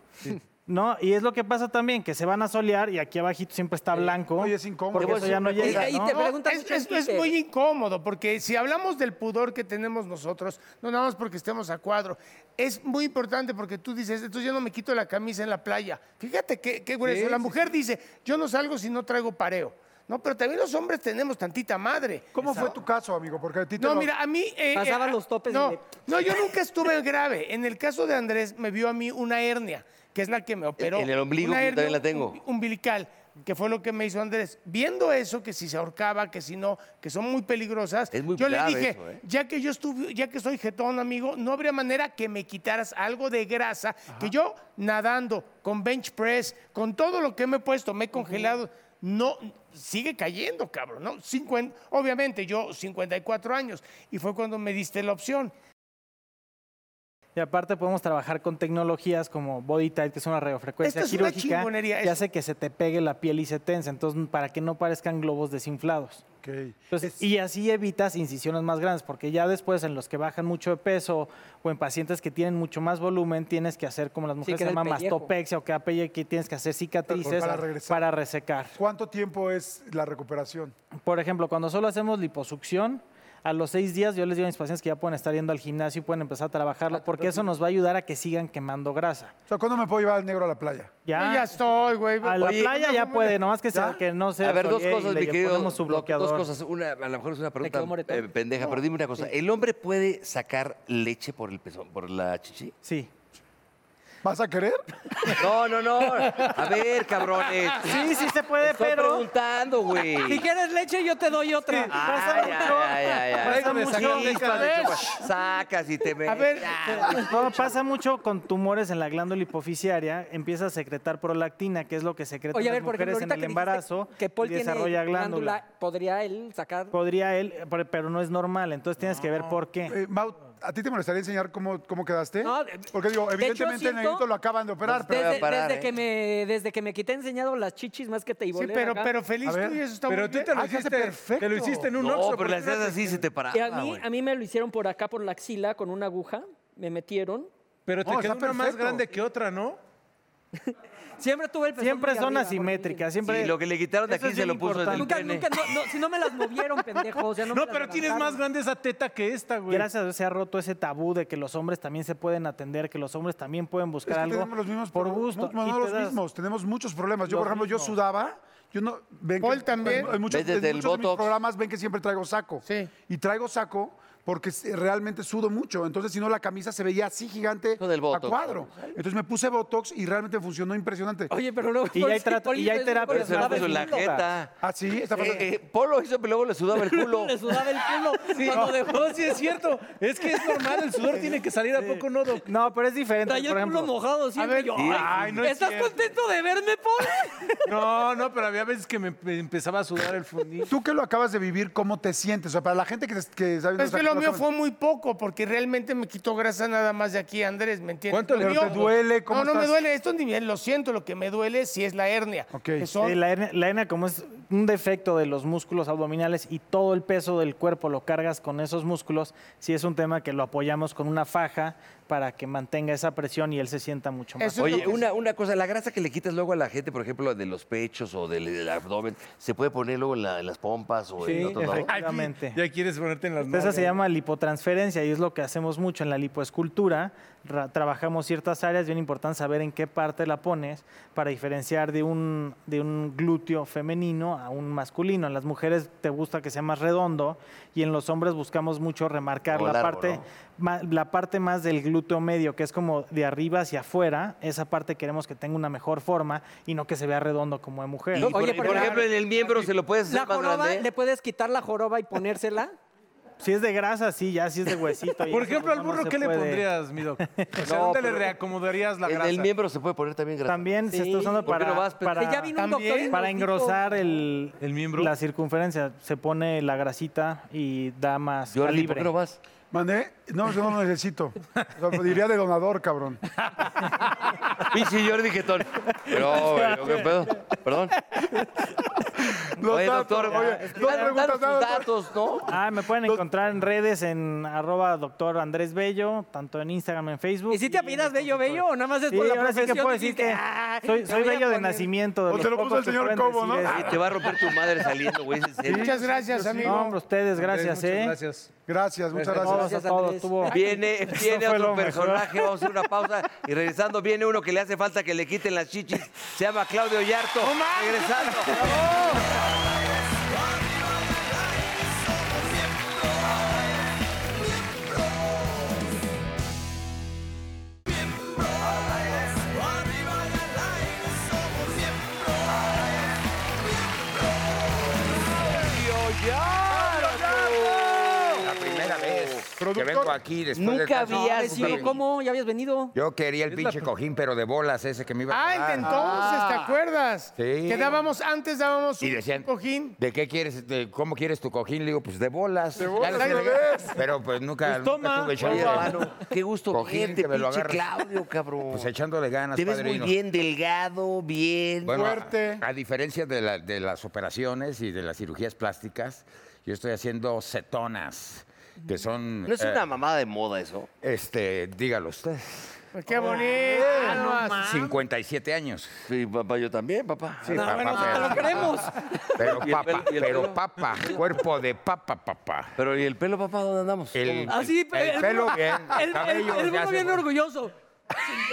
Speaker 9: ¿No? Y es lo que pasa también, que se van a solear y aquí abajito siempre está blanco.
Speaker 4: Oye, es incómodo.
Speaker 9: Porque eso ya no
Speaker 6: Y,
Speaker 9: llega,
Speaker 6: y
Speaker 9: ¿no?
Speaker 6: te
Speaker 7: No,
Speaker 6: preguntan
Speaker 7: es,
Speaker 6: mucho en
Speaker 7: es- es
Speaker 6: Twitter.
Speaker 7: muy incómodo, porque si hablamos del pudor que tenemos nosotros, no nada más porque estemos a cuadro, es muy importante porque tú dices, entonces yo no me quito la camisa en la playa. Fíjate qué, qué grueso. la mujer dice, yo no salgo si no traigo pareo. No, pero también los hombres tenemos tantita madre.
Speaker 4: ¿Cómo fue tu caso, amigo? Porque a ti te
Speaker 7: No,
Speaker 4: lo-
Speaker 7: mira, a mí... eh, eh,
Speaker 6: Pasaba
Speaker 7: a-
Speaker 6: los topes
Speaker 7: No,
Speaker 6: de-
Speaker 7: no, yo nunca estuve grave. En el caso de Andrés, me vio a mí una hernia, que es la que me operó.
Speaker 2: En el ombligo,
Speaker 7: Una
Speaker 2: que yo
Speaker 7: hernia
Speaker 2: también la tengo.
Speaker 7: um- umbilical, que fue lo que me hizo Andrés. Viendo eso, que si se ahorcaba, que si no, que son muy peligrosas,
Speaker 2: Es muy
Speaker 7: yo le
Speaker 2: grave
Speaker 7: dije,
Speaker 2: eso, ¿eh?
Speaker 7: ya que yo estuve, ya que soy jetón, amigo, no habría manera que me quitaras algo de grasa, que yo nadando, con bench press, con todo lo que me he puesto, me he congelado, no, sigue cayendo, cabrón, ¿no? 50, obviamente, yo 54 años, y fue cuando me diste la opción.
Speaker 9: Y aparte podemos trabajar con tecnologías como Body Tight, que es una radiofrecuencia
Speaker 7: Esta es una
Speaker 9: quirúrgica,
Speaker 7: chingonería,
Speaker 9: que
Speaker 7: eso.
Speaker 9: hace que se te pegue la piel y se tense, entonces para que no parezcan globos desinflados. Entonces, Y así evitas incisiones más grandes, porque ya después en los que bajan mucho de peso o en pacientes que tienen mucho más volumen, tienes que hacer como las mujeres
Speaker 6: queda
Speaker 9: se
Speaker 6: el
Speaker 9: llama
Speaker 6: pellejo.
Speaker 9: mastopexia o que que tienes que hacer cicatrices
Speaker 4: Para regresar.
Speaker 9: para resecar.
Speaker 4: ¿Cuánto tiempo es la recuperación?
Speaker 9: Por ejemplo, cuando solo hacemos liposucción, a los seis días yo les digo a mis pacientes que ya pueden estar yendo al gimnasio y pueden empezar a
Speaker 7: Ah,
Speaker 9: trabajarlo, porque eso nos va a ayudar a que sigan quemando grasa.
Speaker 4: O sea, ¿cuándo me puedo llevar al negro a la playa?
Speaker 7: Yo ya estoy, güey.
Speaker 9: A la
Speaker 2: Oye,
Speaker 9: playa ya puede, nomás que, sea, que no se
Speaker 2: A ver, dos
Speaker 9: atolle y
Speaker 2: cosas,
Speaker 9: le
Speaker 2: mi querido.
Speaker 9: ponemos su
Speaker 2: do-
Speaker 9: bloqueador.
Speaker 2: Dos cosas. Una, a lo mejor es una pregunta
Speaker 6: quedó moretón?
Speaker 2: eh, pendeja, pero dime una cosa. ¿El hombre puede sacar leche por el pezón, por la chichi?
Speaker 9: Sí.
Speaker 4: ¿Vas a querer?
Speaker 2: No, no, no. A ver, cabrones.
Speaker 9: Sí, sí se puede,
Speaker 2: Estoy
Speaker 9: pero...
Speaker 2: preguntando, güey.
Speaker 6: Si quieres leche, yo te doy otra.
Speaker 2: Ay, ay, ay, ay, ay.
Speaker 9: Pasa mucho.
Speaker 2: Chispas de chocolate. Sacas y te metes.
Speaker 7: A ver,
Speaker 9: No, pasa mucho con tumores en la glándula hipoficiaria, empieza a secretar prolactina, que es lo que secretan
Speaker 6: Oye, a ver,
Speaker 9: las
Speaker 6: por ejemplo,
Speaker 9: mujeres
Speaker 6: ahorita
Speaker 9: en
Speaker 6: que
Speaker 9: el
Speaker 6: dijiste
Speaker 9: embarazo
Speaker 6: que Paul
Speaker 9: y
Speaker 6: tiene
Speaker 9: desarrolla glándula.
Speaker 6: ¿podría él sacar?
Speaker 9: Podría él, pero- pero no es normal, entonces tienes que ver por qué.
Speaker 4: Eh, Mau, ¿a ti te molestaría enseñar cómo, cómo quedaste?
Speaker 6: No, de-
Speaker 4: Porque digo,
Speaker 6: de hecho,
Speaker 4: evidentemente
Speaker 6: siento-
Speaker 4: en Negrito lo acaban de operar, pero...
Speaker 2: voy a
Speaker 6: Desde,
Speaker 2: parar,
Speaker 6: desde
Speaker 2: ¿eh?
Speaker 6: que me, desde que me quité enseñado las chichis más que te
Speaker 7: Sí, pero, pero feliz
Speaker 4: A ver,
Speaker 7: tú y eso está
Speaker 3: Pero
Speaker 7: muy
Speaker 3: tú
Speaker 7: bien. Ah,
Speaker 3: te lo
Speaker 4: Ay, se hace
Speaker 3: hiciste
Speaker 4: perfecto.
Speaker 3: Te lo hiciste en un
Speaker 2: No,
Speaker 3: Oxxo.
Speaker 2: pero
Speaker 3: ¿por
Speaker 2: le
Speaker 3: qué
Speaker 2: haces
Speaker 3: no te-
Speaker 2: así se te
Speaker 6: Y
Speaker 2: paraba,
Speaker 9: Ah,
Speaker 6: a mí,
Speaker 2: güey.
Speaker 6: a mí me lo hicieron por acá, por la axila, con una aguja. Me metieron.
Speaker 3: Pero te
Speaker 4: No,
Speaker 3: queda
Speaker 4: está
Speaker 3: una más
Speaker 4: perfecto.
Speaker 3: grande que otra, ¿no?
Speaker 6: Siempre tuve el pezón
Speaker 9: Siempre
Speaker 6: muy
Speaker 9: son
Speaker 6: arriba,
Speaker 9: asimétricas, siempre...
Speaker 2: Sí, lo que le quitaron de
Speaker 9: Eso
Speaker 2: aquí
Speaker 9: es
Speaker 2: se
Speaker 9: bien
Speaker 2: lo puso
Speaker 9: importante.
Speaker 2: del
Speaker 6: Nunca,
Speaker 2: pene.
Speaker 6: nunca, no, no, si no me las movieron, pendejo. O sea, no, me
Speaker 3: No,
Speaker 6: las
Speaker 3: pero tienes más
Speaker 6: levantaron.
Speaker 3: grande esa teta que esta, güey.
Speaker 9: Gracias a Dios se ha roto ese tabú de que los hombres también se pueden atender, que los hombres también pueden buscar
Speaker 4: Es que
Speaker 9: algo
Speaker 4: tenemos los mismos
Speaker 9: por
Speaker 4: pro-
Speaker 9: gusto.
Speaker 4: No, no,
Speaker 9: y
Speaker 4: no
Speaker 9: te
Speaker 4: los
Speaker 9: das-
Speaker 4: mismos, tenemos muchos problemas. Yo,
Speaker 9: Los
Speaker 4: por ejemplo, yo
Speaker 9: mismos.
Speaker 4: sudaba. Yo no, ven
Speaker 7: Paul también.
Speaker 4: En, en muchos,
Speaker 2: Desde
Speaker 4: en
Speaker 2: el
Speaker 4: muchos de mis
Speaker 2: Botox.
Speaker 4: programas ven que siempre traigo saco.
Speaker 7: Sí.
Speaker 4: Y traigo saco porque s- realmente sudo mucho. Entonces, si no, la camisa se veía así gigante
Speaker 2: Con el Botox.
Speaker 4: a cuadro. Entonces me puse Botox y realmente funcionó impresionante.
Speaker 6: Oye, pero luego.
Speaker 9: Y ya hay trato- y ya hay terapia.
Speaker 3: pues,
Speaker 2: Pero se lo
Speaker 9: Sudaba
Speaker 2: puso
Speaker 9: el
Speaker 2: en la
Speaker 9: culo.
Speaker 2: jeta.
Speaker 4: ¿Ah, sí? Está pasando-
Speaker 2: Eh, eh, Polo hizo, pero luego le sudaba el culo.
Speaker 6: Le sudaba el culo. Cuando dejó,
Speaker 3: No, sí es cierto. Es que es normal, el sudor tiene que salir a poco, ¿no, Doc?
Speaker 9: No, pero es diferente.
Speaker 6: traía
Speaker 9: por
Speaker 6: el culo
Speaker 9: ejemplo,
Speaker 6: mojado siempre.
Speaker 7: ver,
Speaker 6: yo,
Speaker 2: sí,
Speaker 6: ay,
Speaker 3: ay, no es
Speaker 6: ¿Estás
Speaker 3: cierto.
Speaker 6: contento de verme, Paul?
Speaker 3: No, no, pero había veces que me me empezaba a sudar el fundillo.
Speaker 4: Tú que lo acabas de vivir, ¿cómo te sientes? O sea, para la gente que, que sabe...
Speaker 7: Pues
Speaker 4: o sea,
Speaker 7: que lo
Speaker 4: que
Speaker 7: mío
Speaker 4: acaban-
Speaker 7: fue muy poco, porque realmente me quitó grasa nada más de aquí, Andrés, ¿me entiendes?
Speaker 3: ¿Cuánto
Speaker 7: Lo
Speaker 3: le-
Speaker 7: mío-
Speaker 4: te duele? ¿Cómo
Speaker 7: No, no me
Speaker 4: estás?
Speaker 7: duele, esto ni bien, lo siento, lo que me duele sí es la hernia.
Speaker 4: Ok.
Speaker 7: que son-
Speaker 9: Sí, la hernia, la hernia como es un defecto de los músculos abdominales y todo el peso del cuerpo lo cargas con esos músculos, sí es un tema que lo apoyamos con una faja para que mantenga esa presión y él se sienta mucho más.
Speaker 7: Eso es lo
Speaker 2: Oye,
Speaker 7: que-
Speaker 2: una, una cosa, la grasa que le quitas luego a la gente, por ejemplo, de los pechos o del, del abdomen, ¿se puede poner luego en, la- en las pompas o en otro lado?
Speaker 9: efectivamente.
Speaker 3: Ya quieres ponerte en las
Speaker 9: Entonces, Esa se
Speaker 3: nalgas.
Speaker 9: llama lipotransferencia y es lo que hacemos mucho en la lipoescultura. Ra- trabajamos ciertas áreas, bien importante saber en qué parte la pones para diferenciar de un, de un glúteo femenino a un masculino. En las mujeres te gusta que sea más redondo y en los hombres buscamos mucho remarcar
Speaker 2: O
Speaker 9: la,
Speaker 2: largo,
Speaker 9: parte,
Speaker 2: ¿no?
Speaker 9: ma- la parte más del glúteo medio, que es como de arriba hacia afuera. Esa parte queremos que tenga una mejor forma y no que se vea redondo como de mujer.
Speaker 2: Y por, y
Speaker 6: Oye, pero
Speaker 2: por
Speaker 6: la-
Speaker 2: ejemplo, en el miembro se lo puedes hacer
Speaker 6: ¿La
Speaker 2: más
Speaker 6: joroba?
Speaker 2: grande.
Speaker 6: ¿Le puedes quitar la joroba y ponérsela?
Speaker 9: Si es de grasa, sí, ya si es de huesito. y
Speaker 3: Por
Speaker 9: eso,
Speaker 3: ejemplo,
Speaker 9: pues,
Speaker 3: al
Speaker 9: no, no
Speaker 3: burro,
Speaker 9: se
Speaker 3: ¿qué le
Speaker 9: puede. pues,
Speaker 3: pondrías, mi doc? O sea,
Speaker 2: No,
Speaker 3: ¿dónde le
Speaker 2: pero-
Speaker 3: reacomodarías la
Speaker 2: en
Speaker 3: grasa?
Speaker 2: el miembro se puede poner también grasa.
Speaker 9: También se
Speaker 6: Sí.
Speaker 9: está usando
Speaker 2: ¿Por qué
Speaker 9: para,
Speaker 2: no vas, Pedro?
Speaker 9: para,
Speaker 6: Que ya vino un doctor y nos
Speaker 9: para
Speaker 6: dijo-
Speaker 9: engrosar el,
Speaker 3: ¿El miembro?
Speaker 9: la circunferencia. Se pone la grasita y da más
Speaker 2: Yo, ¿por
Speaker 9: calibre.
Speaker 2: qué no vas?
Speaker 4: ¿Mandé? No, yo no lo necesito. O sea, diría de donador, cabrón.
Speaker 2: Pinche Jordi Getón. No, güey, ¿qué pedo? Perdón.
Speaker 4: Los
Speaker 2: oye, doctor,
Speaker 4: datos, oye,
Speaker 2: es que
Speaker 4: dos
Speaker 2: dan- dan
Speaker 4: preguntas,
Speaker 2: sus
Speaker 4: nada, doctor.
Speaker 2: datos, ¿no?
Speaker 9: Ah, me pueden encontrar en redes en arroba doctor Andrés Bello, tanto en Instagram, en Facebook.
Speaker 6: ¿Y si te
Speaker 9: en
Speaker 6: apellidas
Speaker 9: mi
Speaker 6: Bello Bello
Speaker 9: consultorio.
Speaker 6: o nada más es
Speaker 9: Sí,
Speaker 6: por la
Speaker 9: ahora sí que
Speaker 6: profesión
Speaker 9: puedo
Speaker 6: y
Speaker 9: decir que
Speaker 6: dices, "Ah,
Speaker 9: soy,
Speaker 6: me
Speaker 9: soy
Speaker 6: voy a
Speaker 9: bello de
Speaker 6: poner"?
Speaker 9: nacimiento. de
Speaker 4: O te
Speaker 9: los
Speaker 4: lo puso
Speaker 9: pocos
Speaker 4: el
Speaker 9: que
Speaker 4: señor
Speaker 9: pueden
Speaker 4: Cobo, ¿no?
Speaker 9: decir
Speaker 10: Ah.
Speaker 9: eso.
Speaker 2: Sí, te va a romper tu madre saliendo, güey. ¿es en serio?
Speaker 7: Muchas gracias, amigo.
Speaker 9: No, hombre, ustedes, gracias,
Speaker 3: Muchas
Speaker 9: ¿eh?
Speaker 3: gracias.
Speaker 4: Gracias,
Speaker 10: Pues,
Speaker 4: muchas
Speaker 9: Todos,
Speaker 4: gracias.
Speaker 6: Gracias,
Speaker 9: a todos.
Speaker 6: Andrés.
Speaker 9: Tuvo-
Speaker 2: Viene,
Speaker 9: Eso
Speaker 2: viene
Speaker 9: fue
Speaker 2: otro
Speaker 9: lo mejor.
Speaker 2: personaje, vamos a hacer una pausa y regresando viene uno que le hace falta que le quiten las chichis. Se llama Claudio Yarto. regresando. Claudio Yarto.
Speaker 10: La primera vez que
Speaker 4: Productor,
Speaker 10: vengo aquí después de
Speaker 6: Nunca
Speaker 10: tanto
Speaker 6: habías
Speaker 10: tiempo.
Speaker 6: sido. ¿Cómo? ¿Ya habías venido?
Speaker 10: Yo quería el pinche cojín, pero de bolas ese que me iba
Speaker 7: Ah,
Speaker 10: a
Speaker 7: el
Speaker 10: dar.
Speaker 7: de entonces, ¿te acuerdas?
Speaker 10: Ah. Sí.
Speaker 7: Que dábamos, antes dábamos
Speaker 10: Y
Speaker 7: un
Speaker 10: decían,
Speaker 7: cojín.
Speaker 10: ¿de qué quieres? de ¿Cómo quieres tu cojín? Le digo, pues de bolas. Ya
Speaker 4: bolas,
Speaker 10: les
Speaker 4: ¿lo
Speaker 10: regalé.
Speaker 4: ves?
Speaker 10: Pero pues nunca,
Speaker 9: Pues
Speaker 10: nunca
Speaker 9: toma,
Speaker 10: tuve chance.
Speaker 2: Oye,
Speaker 10: de-
Speaker 2: hermano, qué gusto
Speaker 10: Cojín,
Speaker 2: verte,
Speaker 10: que me lo
Speaker 2: pinche
Speaker 10: agarras.
Speaker 2: Claudio, cabrón.
Speaker 10: Pues echándole ganas,
Speaker 2: Te ves
Speaker 10: padrino.
Speaker 2: muy bien, delgado, bien.
Speaker 10: Bueno, a-
Speaker 4: Fuerte.
Speaker 10: A, diferencia de, la- de las operaciones y de las cirugías plásticas, yo estoy haciendo cetonas, que son...
Speaker 2: no es
Speaker 10: eh,
Speaker 2: una mamada de moda eso.
Speaker 10: Este, dígalo usted.
Speaker 7: ¡Qué bonito! Ah, no más.
Speaker 10: 57 años.
Speaker 2: Sí, papá, yo también, papá. Ah,
Speaker 10: Sí, papá,
Speaker 6: bueno, no te
Speaker 10: pero-
Speaker 6: lo creemos.
Speaker 10: Pero
Speaker 2: ¿Y el
Speaker 10: papa,
Speaker 2: pelo- y el
Speaker 10: pero
Speaker 2: pelo?
Speaker 10: papa, cuerpo de papa, papá.
Speaker 2: Pero ¿y el pelo, papá, dónde andamos?
Speaker 10: El,
Speaker 6: Así,
Speaker 10: el pelo bien,
Speaker 6: El, el,
Speaker 10: cabello ya
Speaker 6: el burro
Speaker 10: se-
Speaker 6: bien orgulloso.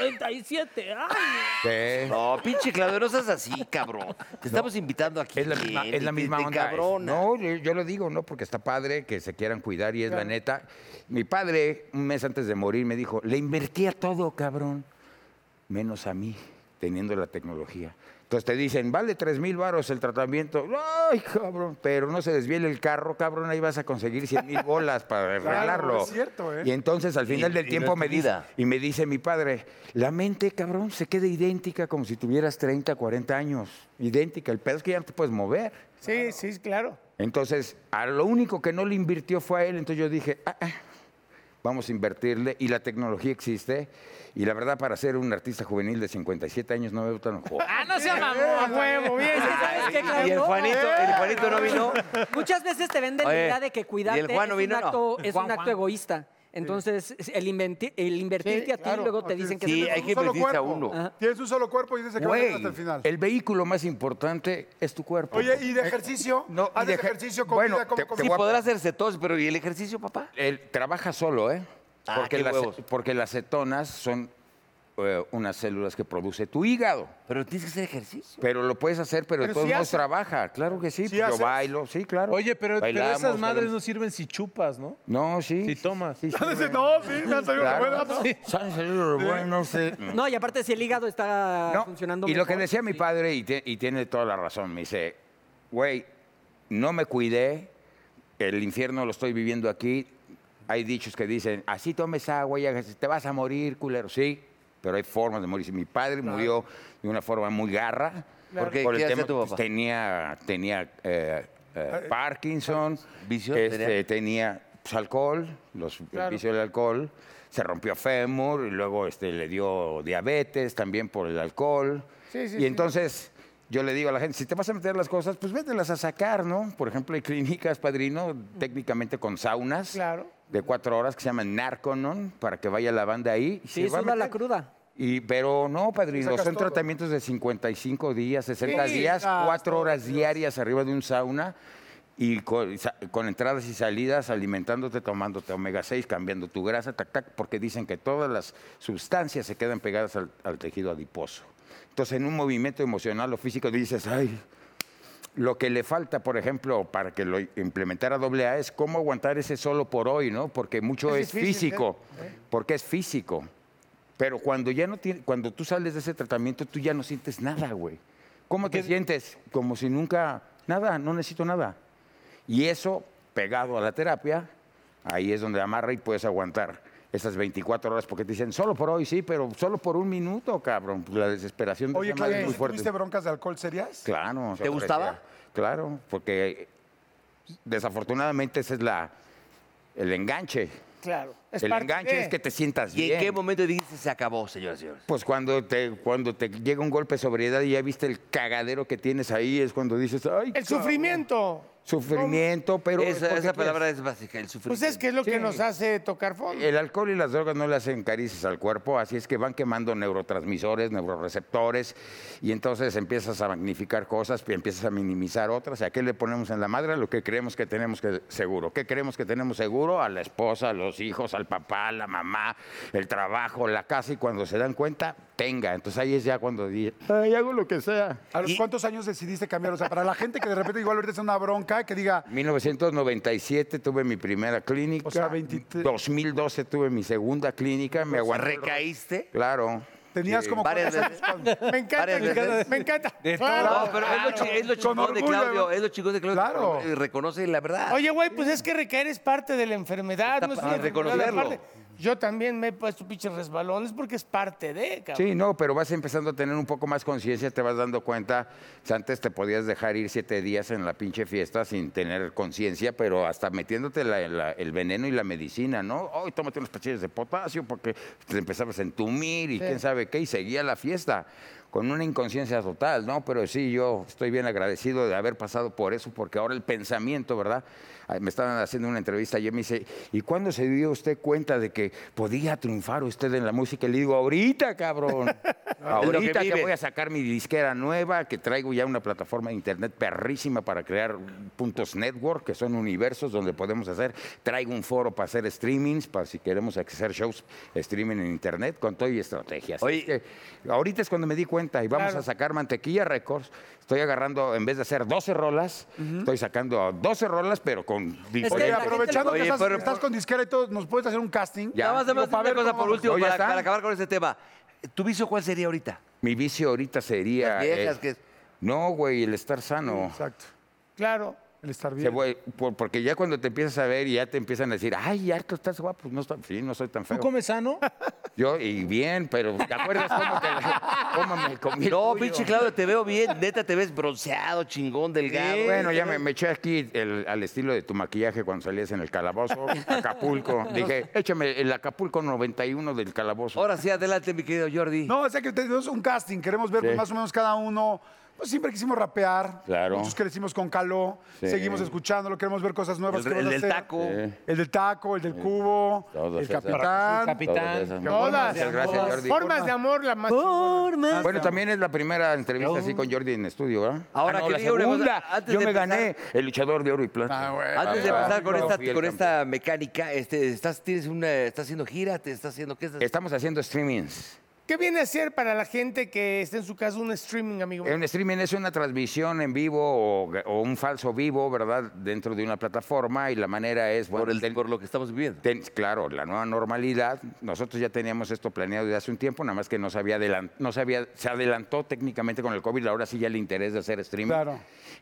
Speaker 6: 57 años.
Speaker 10: Sí.
Speaker 2: No, pinche Claudio, no seas así, cabrón. Te estamos invitando aquí.
Speaker 10: Es la misma, es la misma onda.
Speaker 2: cabrón.
Speaker 10: No, yo, yo lo digo, ¿no? Porque está padre que se quieran cuidar y es la neta. Mi padre, un mes antes de morir, me dijo, le invertí a todo, cabrón, menos a mí, teniendo la tecnología. Entonces te dicen, vale tres mil varos el tratamiento. Ay, cabrón, pero no se desviele el carro, cabrón, ahí vas a conseguir 100 mil bolas para arreglarlo.
Speaker 4: es cierto, ¿eh?
Speaker 10: Y entonces al final
Speaker 2: Y-
Speaker 10: del
Speaker 2: y no
Speaker 10: tiempo
Speaker 2: es tu
Speaker 10: me dice,
Speaker 2: vida.
Speaker 10: y me dice mi padre, la mente, cabrón, se queda idéntica como si tuvieras 30, 40 años. Idéntica. El pedo es que ya no te puedes mover.
Speaker 7: Sí, sí, claro.
Speaker 10: Entonces, a lo único que no le invirtió fue a él. Entonces yo dije, "Ah, ah, vamos a invertirle. Y la tecnología existe.
Speaker 6: ¿eh?
Speaker 10: Y la verdad, para ser un artista juvenil de 57 años, no me veo tan joven.
Speaker 6: Ah, no se
Speaker 7: ¡A
Speaker 6: mamón.
Speaker 7: huevo! ¡Bien!
Speaker 6: ¿Sabes qué, Claudio?
Speaker 2: Y el Juanito, el Juanito no vino.
Speaker 6: Muchas veces te venden la
Speaker 2: Oye,
Speaker 6: idea de
Speaker 2: ¿y
Speaker 6: que
Speaker 2: el
Speaker 6: cuidarte
Speaker 2: Juan
Speaker 6: es,
Speaker 2: no
Speaker 6: un
Speaker 2: vino?
Speaker 6: acto,
Speaker 2: No.
Speaker 6: es un acto egoísta. Entonces, el, inventi- el invertirte a ti,
Speaker 7: claro.
Speaker 6: luego te dicen que
Speaker 2: Sí,
Speaker 6: es
Speaker 2: hay que
Speaker 4: Solo
Speaker 2: invertirse a
Speaker 4: cuerpo.
Speaker 2: uno.
Speaker 4: Tienes un solo cuerpo y dices que va a
Speaker 10: Güey,
Speaker 4: llegar hasta el final.
Speaker 10: el vehículo más importante es tu cuerpo. Eh,
Speaker 4: Oye, ¿y de ejercicio?
Speaker 10: No, y de
Speaker 4: ¿Haces
Speaker 10: ejer-
Speaker 4: ejercicio con
Speaker 10: Bueno,
Speaker 4: vida? ¿Cómo
Speaker 10: te-
Speaker 4: comes?
Speaker 10: te
Speaker 2: Sí,
Speaker 10: voy a-
Speaker 2: podrá hacer cetos, pero ¿y el ejercicio, papá?
Speaker 10: El- trabaja solo, ¿eh?
Speaker 2: Ah,
Speaker 10: Porque,
Speaker 2: qué
Speaker 10: las,
Speaker 2: huevos.
Speaker 10: porque las cetonas son eh, unas células que produce tu hígado.
Speaker 2: Pero tienes que hacer ejercicio.
Speaker 10: Pero lo puedes hacer, pero, de
Speaker 7: Pero
Speaker 10: todos
Speaker 7: sí
Speaker 10: modos
Speaker 7: haces.
Speaker 10: trabaja. Claro que sí.
Speaker 4: Sí
Speaker 10: yo
Speaker 4: haces.
Speaker 10: bailo, sí, claro.
Speaker 3: Oye, pero, pero
Speaker 10: Bailamos,
Speaker 3: esas madres
Speaker 10: sabemos.
Speaker 3: no sirven si chupas, ¿no?
Speaker 10: No, sí.
Speaker 3: Si tomas.
Speaker 10: Sí, sí,
Speaker 4: Dices, Ah, no, sí, me han salido
Speaker 10: claro.
Speaker 4: buenas.
Speaker 10: Se han salido los buenos, sí.
Speaker 6: No, y aparte si el hígado está
Speaker 10: No,
Speaker 6: funcionando
Speaker 10: Y lo que
Speaker 6: mejor,
Speaker 10: decía mi
Speaker 6: sí.
Speaker 10: padre, y, tie- y tiene toda la razón, me dice, güey, no me cuidé, el infierno lo estoy viviendo aquí. Hay dichos que dicen, así tomes agua y hagas- te vas a morir, culero. Sí, pero hay formas de morir. Mi padre murió de una forma muy garra.
Speaker 2: ¿Por qué? ¿Qué hacía tu papá?
Speaker 10: pues, tenía, tenía eh, eh, Parkinson,
Speaker 2: ¿Vicio?
Speaker 10: este,
Speaker 2: ah, ¿Tenía?
Speaker 10: tenía pues, alcohol, los, el vicio del alcohol, se rompió fémur y luego este, le dio diabetes también por el alcohol.
Speaker 7: Sí, sí,
Speaker 10: y
Speaker 7: sí.
Speaker 10: entonces Yo le digo a la gente, si te vas a meter las cosas, pues vételas a sacar, ¿no? Por ejemplo, hay clínicas, padrino, técnicamente con saunas.
Speaker 7: Claro.
Speaker 10: De cuatro horas que se llaman Narconon, para que vaya la banda ahí.
Speaker 6: Sí,
Speaker 10: va a
Speaker 6: suda la
Speaker 10: meter.
Speaker 6: cruda.
Speaker 10: Y, pero no, padrino,
Speaker 4: Sacas
Speaker 10: son
Speaker 4: todo.
Speaker 10: tratamientos de 55 días, 60
Speaker 7: Sí,
Speaker 10: días,
Speaker 7: ah,
Speaker 10: cuatro horas diarias arriba de un sauna y con, sa- con entradas y salidas, alimentándote, tomándote omega 6, cambiando tu grasa, tac, tac, porque dicen que todas las sustancias se quedan pegadas al, al tejido adiposo. Entonces, en un movimiento emocional o físico dices, ay, lo que le falta, por ejemplo, para que lo implementara AA es cómo aguantar ese solo por hoy, ¿no? Porque mucho es,
Speaker 7: Es difícil, ¿eh?
Speaker 10: físico, porque es físico. Pero cuando ya no tiene, cuando tú sales de ese tratamiento, tú ya no sientes nada, güey. ¿Cómo te sientes? Como si nunca nada, no necesito nada. Y eso pegado a la terapia, ahí es donde amarra y puedes aguantar esas 24 horas porque te dicen solo por hoy, sí, pero solo por un minuto, cabrón. La desesperación de
Speaker 4: Oye,
Speaker 10: esa madre
Speaker 4: Claudio,
Speaker 10: es
Speaker 4: ¿tú
Speaker 10: muy
Speaker 4: sí
Speaker 10: fuerte.
Speaker 4: ¿tuviste broncas de alcohol serias?
Speaker 10: Claro.
Speaker 2: ¿Te gustaba?
Speaker 10: Claro, porque desafortunadamente ese es la el enganche.
Speaker 7: Claro. Es
Speaker 10: el
Speaker 7: parte
Speaker 10: enganche
Speaker 7: de-
Speaker 10: es que te sientas
Speaker 2: ¿Y
Speaker 10: bien.
Speaker 2: en qué momento dijiste se acabó, señoras y señores?
Speaker 10: Pues cuando te cuando te llega un golpe de sobriedad y ya viste el cagadero que tienes ahí es cuando dices, "Ay,
Speaker 7: El
Speaker 10: cabrón".
Speaker 7: sufrimiento.
Speaker 10: Sufrimiento, pero es
Speaker 2: esa
Speaker 10: porque,
Speaker 2: esa
Speaker 10: pues,
Speaker 2: palabra es básica, el
Speaker 7: Pues
Speaker 2: sufrimiento.
Speaker 7: es que es lo que
Speaker 10: Sí.
Speaker 7: nos hace tocar fondo.
Speaker 10: El alcohol y las drogas no le hacen caricias al cuerpo, así es que van quemando neurotransmisores, neuroreceptores, y entonces empiezas a magnificar cosas, y empiezas a minimizar otras. ¿Y a qué le ponemos en la madre? Lo que creemos que tenemos que seguro. ¿Qué creemos que tenemos seguro? A la esposa, a los hijos, al papá, a la mamá, el trabajo, la casa, y cuando se dan cuenta, tenga. Entonces ahí es ya cuando dices, ay, hago lo que sea.
Speaker 4: ¿A los cuántos años decidiste cambiar? O sea, para la gente que de repente igual ahorita es una bronca, que diga,
Speaker 10: 1997 tuve mi primera clínica.
Speaker 4: O sea, 23.
Speaker 10: 2012 tuve mi segunda clínica. Me aguanté.
Speaker 2: ¿Recaíste?
Speaker 10: Claro.
Speaker 4: tenías
Speaker 10: Sí.
Speaker 4: como
Speaker 2: Varias veces.
Speaker 7: Me encanta,
Speaker 2: Varias
Speaker 7: me encanta.
Speaker 2: veces.
Speaker 7: Me encanta.
Speaker 2: No,
Speaker 7: Claro.
Speaker 2: pero es lo, chi- es lo
Speaker 4: Con
Speaker 2: chingón de
Speaker 4: orgullo,
Speaker 2: Claudio,
Speaker 4: ¿no?
Speaker 2: es lo chingón de Claudio.
Speaker 4: Claro.
Speaker 2: que Reconoce la verdad.
Speaker 7: Oye, güey, pues es que recaer es parte de la enfermedad.
Speaker 2: Está
Speaker 7: No es
Speaker 2: pa-
Speaker 7: una
Speaker 2: ah,
Speaker 7: enfermedad
Speaker 2: reconocerlo.
Speaker 7: aparte. Yo también me he puesto pinches resbalones porque es parte de, cabrón.
Speaker 10: Sí, no, pero vas empezando a tener un poco más conciencia, te vas dando cuenta. O sea, Antes te podías dejar ir siete días en la pinche fiesta sin tener conciencia, pero hasta metiéndote la- la- el veneno y la medicina, ¿no? Hoy tómate unas pastillas de potasio porque te empezabas a entumir y quién sabe qué, y seguía la fiesta con una inconsciencia total, ¿no? Pero sí, yo estoy bien agradecido de haber pasado por eso, porque ahora el pensamiento, ¿verdad? Ah, Me estaban haciendo una entrevista y yo me dice, ¿y cuándo se dio usted cuenta de que podía triunfar usted en la música? Y le digo, ahorita, cabrón.
Speaker 2: Lo que
Speaker 10: ahorita que,
Speaker 2: vive.
Speaker 10: voy a sacar mi disquera nueva, que traigo ya una plataforma de internet perrísima para crear puntos network, que son universos donde podemos hacer. Traigo un foro para hacer streamings, para si queremos hacer shows, streaming en internet, con todo y estrategias.
Speaker 2: Oye,
Speaker 10: Es que Ahorita es cuando me di cuenta y vamos
Speaker 7: Claro.
Speaker 10: a sacar Mantequilla Records. Estoy agarrando, en vez de hacer 12 rolas, estoy sacando 12 rolas, pero con
Speaker 5: que
Speaker 4: Oye,
Speaker 5: la
Speaker 10: diferentes...
Speaker 5: gente
Speaker 4: aprovechando
Speaker 2: Oye,
Speaker 4: que estás,
Speaker 2: pero-
Speaker 4: estás con disquera y todo, ¿nos puedes hacer un casting?
Speaker 10: Ya.
Speaker 2: Nada más, nada más,
Speaker 4: Digo, para
Speaker 2: una
Speaker 4: ver
Speaker 2: cosa
Speaker 4: cómo-
Speaker 2: por último,
Speaker 10: No, ya
Speaker 2: para,
Speaker 10: está.
Speaker 2: para acabar con este tema. ¿Tu vicio cuál sería ahorita?
Speaker 10: Mi vicio ahorita sería...
Speaker 2: Las viejas
Speaker 10: eh,
Speaker 2: que-
Speaker 10: No, güey, el estar sano.
Speaker 4: Exacto.
Speaker 7: Claro.
Speaker 4: El estar
Speaker 10: Se
Speaker 4: bien.
Speaker 10: voy- por- porque ya cuando te empiezas a ver y ya te empiezan a decir, ay, ya tú estás guapo, no, estoy- sí, no soy tan
Speaker 3: ¿Tú
Speaker 10: feo.
Speaker 3: comes sano?
Speaker 10: Yo, y bien, pero ¿te acuerdas cómo, te, cómo me comí el
Speaker 2: No,
Speaker 10: tuyo?
Speaker 2: pinche Claudio, te veo bien. Neta, te ves bronceado, chingón, delgado.
Speaker 10: Sí, bueno, ya me, me eché aquí el- al estilo de tu maquillaje cuando salías en el calabozo, Acapulco. Dije, échame el Acapulco 91 del calabozo.
Speaker 2: Ahora sí, adelante, mi querido Jordi.
Speaker 4: No, o sea que tenemos un casting, queremos ver pues,
Speaker 10: Sí.
Speaker 4: más o menos cada uno. Pues siempre quisimos rapear.
Speaker 10: Claro.
Speaker 4: Muchos crecimos con Caló,
Speaker 10: Sí.
Speaker 4: seguimos escuchándolo, queremos ver cosas nuevas.
Speaker 2: El-
Speaker 4: que
Speaker 2: el
Speaker 4: vas a
Speaker 2: del
Speaker 4: hacer.
Speaker 2: taco. Sí.
Speaker 4: El del taco, el del cubo,
Speaker 10: Todos
Speaker 4: el
Speaker 10: esos.
Speaker 4: capitán.
Speaker 10: Todas esas.
Speaker 7: Todas.
Speaker 10: Muchas gracias,
Speaker 7: Formas-
Speaker 10: Jordi.
Speaker 7: Formas de amor, la más.
Speaker 3: Oh.
Speaker 10: Bueno, también es la primera entrevista así con Jordi en estudio, ¿verdad?
Speaker 2: Ahora
Speaker 10: Ah, no,
Speaker 2: que
Speaker 10: la
Speaker 2: diga una cosa,
Speaker 10: segunda.
Speaker 2: antes
Speaker 10: Yo
Speaker 2: de
Speaker 10: me
Speaker 2: empezar-
Speaker 10: gané el luchador de oro y plata.
Speaker 4: Ah, güey.
Speaker 2: Antes de
Speaker 10: Ah,
Speaker 2: empezar con
Speaker 10: yo
Speaker 2: esta,
Speaker 10: fui el
Speaker 2: con esta mecánica, este, estás, tienes una, estás haciendo gira, te estás haciendo qué estás.
Speaker 10: Estamos haciendo streamings.
Speaker 7: ¿Qué viene a ser para la gente que está en su casa un streaming, amigo?
Speaker 10: Un streaming es una transmisión en vivo o, o un falso vivo, ¿verdad? Dentro de una plataforma y la manera es... bueno,
Speaker 2: por, el-
Speaker 10: ten-
Speaker 2: por lo que estamos viviendo.
Speaker 10: ten- claro, la nueva normalidad, nosotros ya teníamos esto planeado desde hace un tiempo, nada más que no se había, adelan- no se había- se adelantó técnicamente con el COVID, ahora sí ya el interés de hacer streaming.
Speaker 4: Claro.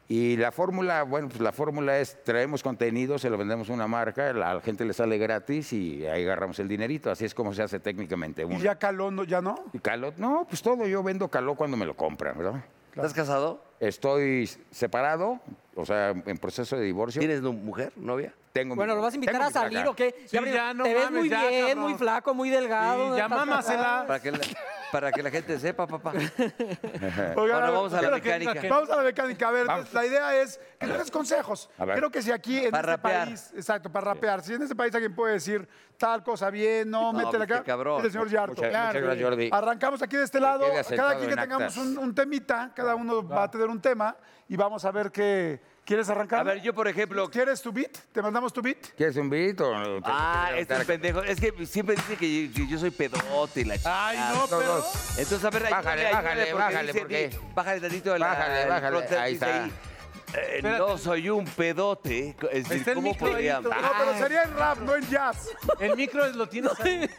Speaker 10: Y la fórmula, bueno, pues la fórmula es traemos contenido, se lo vendemos a una marca, la, la gente le sale gratis y ahí agarramos el dinerito, así es como se hace técnicamente.
Speaker 4: Y
Speaker 10: uno.
Speaker 4: ya Caló, no- ¿ya no?
Speaker 10: ¿Y Caló? No, pues todo, yo vendo caló cuando me lo compran, ¿verdad?
Speaker 2: ¿Estás casado?
Speaker 10: Estoy separado, o sea, en proceso de divorcio.
Speaker 2: ¿Tienes nu- mujer, novia?
Speaker 10: Tengo mi-
Speaker 6: Bueno, ¿lo vas a invitar
Speaker 10: tengo
Speaker 6: a
Speaker 10: mi flaca.
Speaker 6: salir o qué?
Speaker 3: Sí, ya, no
Speaker 6: te ves
Speaker 3: mames,
Speaker 6: muy
Speaker 3: ya,
Speaker 6: bien,
Speaker 3: cabrón.
Speaker 7: Ah,
Speaker 6: muy flaco, muy
Speaker 3: Sí,
Speaker 6: delgado.
Speaker 3: ya
Speaker 6: estás
Speaker 3: mámasela.
Speaker 2: Para que la- para que la gente sepa, papá.
Speaker 4: Oigan,
Speaker 2: Ahora
Speaker 4: ver,
Speaker 2: vamos a la
Speaker 4: espera que-
Speaker 2: mecánica.
Speaker 4: Vamos a la mecánica. A ver,
Speaker 10: Vamos.
Speaker 4: la idea es que nos des consejos.
Speaker 10: A ver.
Speaker 4: Creo que si aquí en
Speaker 2: Para
Speaker 4: este
Speaker 2: rapear.
Speaker 4: país. Exacto, para rapear. Si en este país alguien puede decir tal cosa bien, no,
Speaker 2: No,
Speaker 4: métele
Speaker 2: pues, qué
Speaker 4: acá.
Speaker 2: cabrón.
Speaker 4: Es el señor Yarto.
Speaker 10: Muchas- muchas gracias, Jordi.
Speaker 4: Arrancamos aquí de este lado.
Speaker 10: quede
Speaker 4: Cada
Speaker 10: asentado
Speaker 4: quien que
Speaker 10: en
Speaker 4: tengamos
Speaker 10: actas.
Speaker 4: un, un temita, cada uno va a tener un tema y vamos a ver qué. ¿Quieres arrancar?
Speaker 2: A ver, yo, por ejemplo-
Speaker 4: ¿Quieres tu beat? ¿Te mandamos tu beat?
Speaker 10: ¿Quieres un beat o no?
Speaker 2: Ah, este pendejo. Es que siempre dice que yo, que yo soy pedote y la chica.
Speaker 4: Ay, no,
Speaker 10: Dos,
Speaker 4: pero.
Speaker 10: dos.
Speaker 2: Entonces, a ver,
Speaker 10: Bájale,
Speaker 2: ayúdale,
Speaker 10: bájale,
Speaker 2: ayúdale, porque
Speaker 10: bájale,
Speaker 2: dice,
Speaker 10: porque-
Speaker 2: di- Bájale tantito de la...
Speaker 10: Bájale,
Speaker 2: el
Speaker 10: bájale,
Speaker 2: frontera,
Speaker 10: ahí
Speaker 2: dice
Speaker 10: está.
Speaker 2: ahí, eh, no soy un pedote. Es decir, ¿cómo podría...?
Speaker 4: No, pero sería en rap, no en jazz.
Speaker 3: El micro es- lo tienes ahí.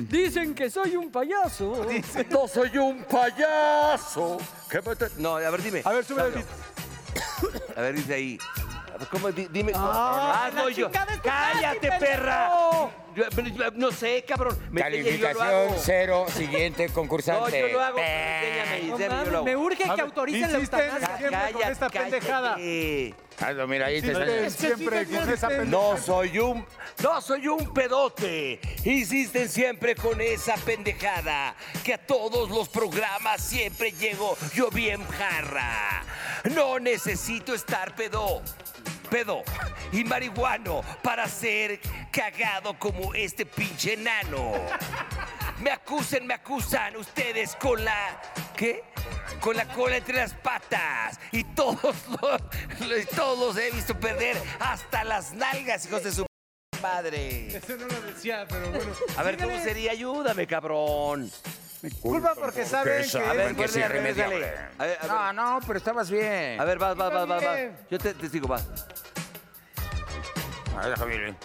Speaker 6: Dicen que soy un payaso.
Speaker 2: No soy un payaso. ¿Qué me te- No, a ver, dime.
Speaker 4: A ver, sube el beat.
Speaker 2: A ver, dice ahí. A ver, ¿Cómo? Di- Dime. Ah, no, yo. ¡Cállate, perra! Yo- pero yo- no sé, cabrón. Me enseña y yo lo hago.
Speaker 10: Calificación cero, siguiente
Speaker 2: No,
Speaker 10: concursante. Eh.
Speaker 2: yo lo hago.
Speaker 10: Pe-
Speaker 2: Enséñame, enséñame, yo lo hago.
Speaker 6: me urge que autoricen la
Speaker 3: Insiste
Speaker 6: eutanasia.
Speaker 3: siempre con esta pendejada.
Speaker 2: cállate.
Speaker 10: Hazlo, Ah, mira, ahí te
Speaker 4: Siempre,
Speaker 10: están.
Speaker 4: siempre con esa
Speaker 2: No soy un. No soy un pedote. Insisten siempre con esa pendejada. Que a todos los programas siempre llego yo bien jarra. No necesito estar pedo. Pedo y marihuano para ser cagado como este pinche enano. Me acusan, me acusan ustedes con la. ¿Qué? Con la cola entre las patas. Y todos los, los- todos los he visto perder hasta las nalgas, hijos de su madre.
Speaker 3: Ese no lo decía, pero bueno.
Speaker 2: A ver, ¿cómo sería? Ayúdame, cabrón.
Speaker 3: Culpa porque saben que.
Speaker 2: A ver,
Speaker 10: que es
Speaker 2: vuelve, regrésale.
Speaker 10: irremediable.
Speaker 2: A ver, a ver.
Speaker 10: No, no, pero estabas bien.
Speaker 2: A ver, vas, vas, vas, vas, vas.
Speaker 3: bien.
Speaker 2: Yo te, te sigo, vas.
Speaker 10: A ver, déjame ir.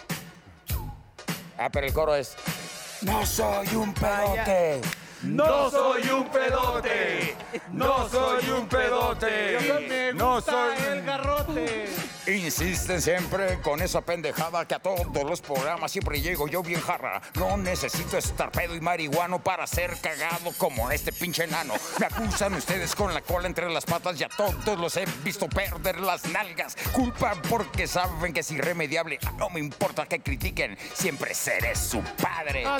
Speaker 10: Ah, pero el coro es. No soy un pedote.
Speaker 2: No soy un pedote.
Speaker 10: No soy un pedote. No soy.
Speaker 3: El garrote.
Speaker 10: Insisten siempre con esa pendejada que a todos los programas siempre llego yo bien jarra. No necesito estar pedo y marihuano para ser cagado como este pinche enano. Me acusan ustedes con la cola entre las patas y a todos los he visto perder las nalgas. Culpa porque saben que es irremediable. No me importa que critiquen, siempre seré su padre.
Speaker 4: No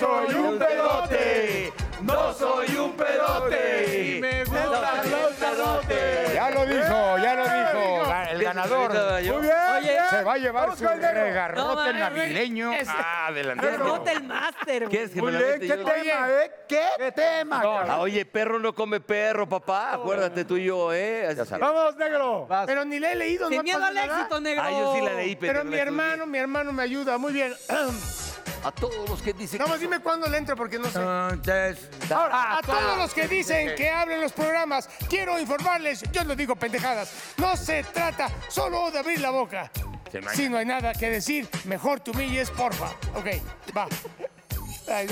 Speaker 4: soy un pedote.
Speaker 2: No soy un pedote.
Speaker 3: Me gusta los garrotes.
Speaker 8: Ya lo dijo, ya lo dijo. El ganador
Speaker 2: Yo-
Speaker 4: Muy bien.
Speaker 8: se va a llevar
Speaker 4: Vamos
Speaker 8: su
Speaker 4: con el negro.
Speaker 8: regarrote
Speaker 6: No,
Speaker 8: navideño.
Speaker 6: es-
Speaker 8: Ah, de la
Speaker 6: Pero
Speaker 8: mano.
Speaker 6: no del máster, güey.
Speaker 2: ¿Quieres que
Speaker 4: Muy
Speaker 2: me lo
Speaker 4: bien,
Speaker 2: meta
Speaker 4: ¿qué
Speaker 2: yo?
Speaker 4: tema, eh? ¿Qué, tema?
Speaker 2: Ah, oye, perro no come perro, papá. Acuérdate tú y yo, ¿eh? Así que-
Speaker 4: Vamos, negro.
Speaker 7: Pero ni la he leído,
Speaker 6: Sin
Speaker 7: no
Speaker 6: miedo
Speaker 7: pasa
Speaker 6: al
Speaker 7: nada.
Speaker 6: éxito, negro.
Speaker 2: Ah, yo sí la leí, pero.
Speaker 7: Pero
Speaker 2: no
Speaker 7: mi
Speaker 2: la estudié.
Speaker 7: hermano, mi hermano me ayuda. Muy bien.
Speaker 2: A todos los que dicen.
Speaker 7: No,
Speaker 2: que-
Speaker 7: más dime cuándo le entro porque no sé. Ahora, a todos los que dicen que hablen los programas, quiero informarles, yo no digo pendejadas, no se trata solo de abrir la boca. Si no hay nada que decir, mejor te humilles, porfa. Ok, va. Ay,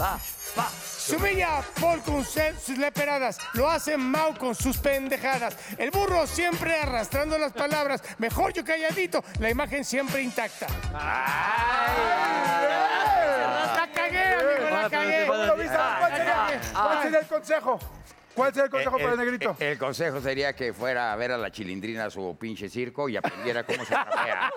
Speaker 2: Va, va.
Speaker 7: Se humilla Paul con se- sus leperadas, lo hace Mau con sus pendejadas. El burro siempre arrastrando las palabras, mejor yo calladito, la imagen siempre intacta. La cagué, amigo, la
Speaker 2: Ah, pero te van
Speaker 7: cagué.
Speaker 2: a-
Speaker 4: Bueno, Visa, ¿Cuál
Speaker 10: Ah,
Speaker 4: sería, cuál sería el consejo? ¿Cuál sería el consejo para el negrito?
Speaker 10: Eh, el consejo sería que fuera a ver a la chilindrina a su pinche circo y aprendiera cómo se trapea.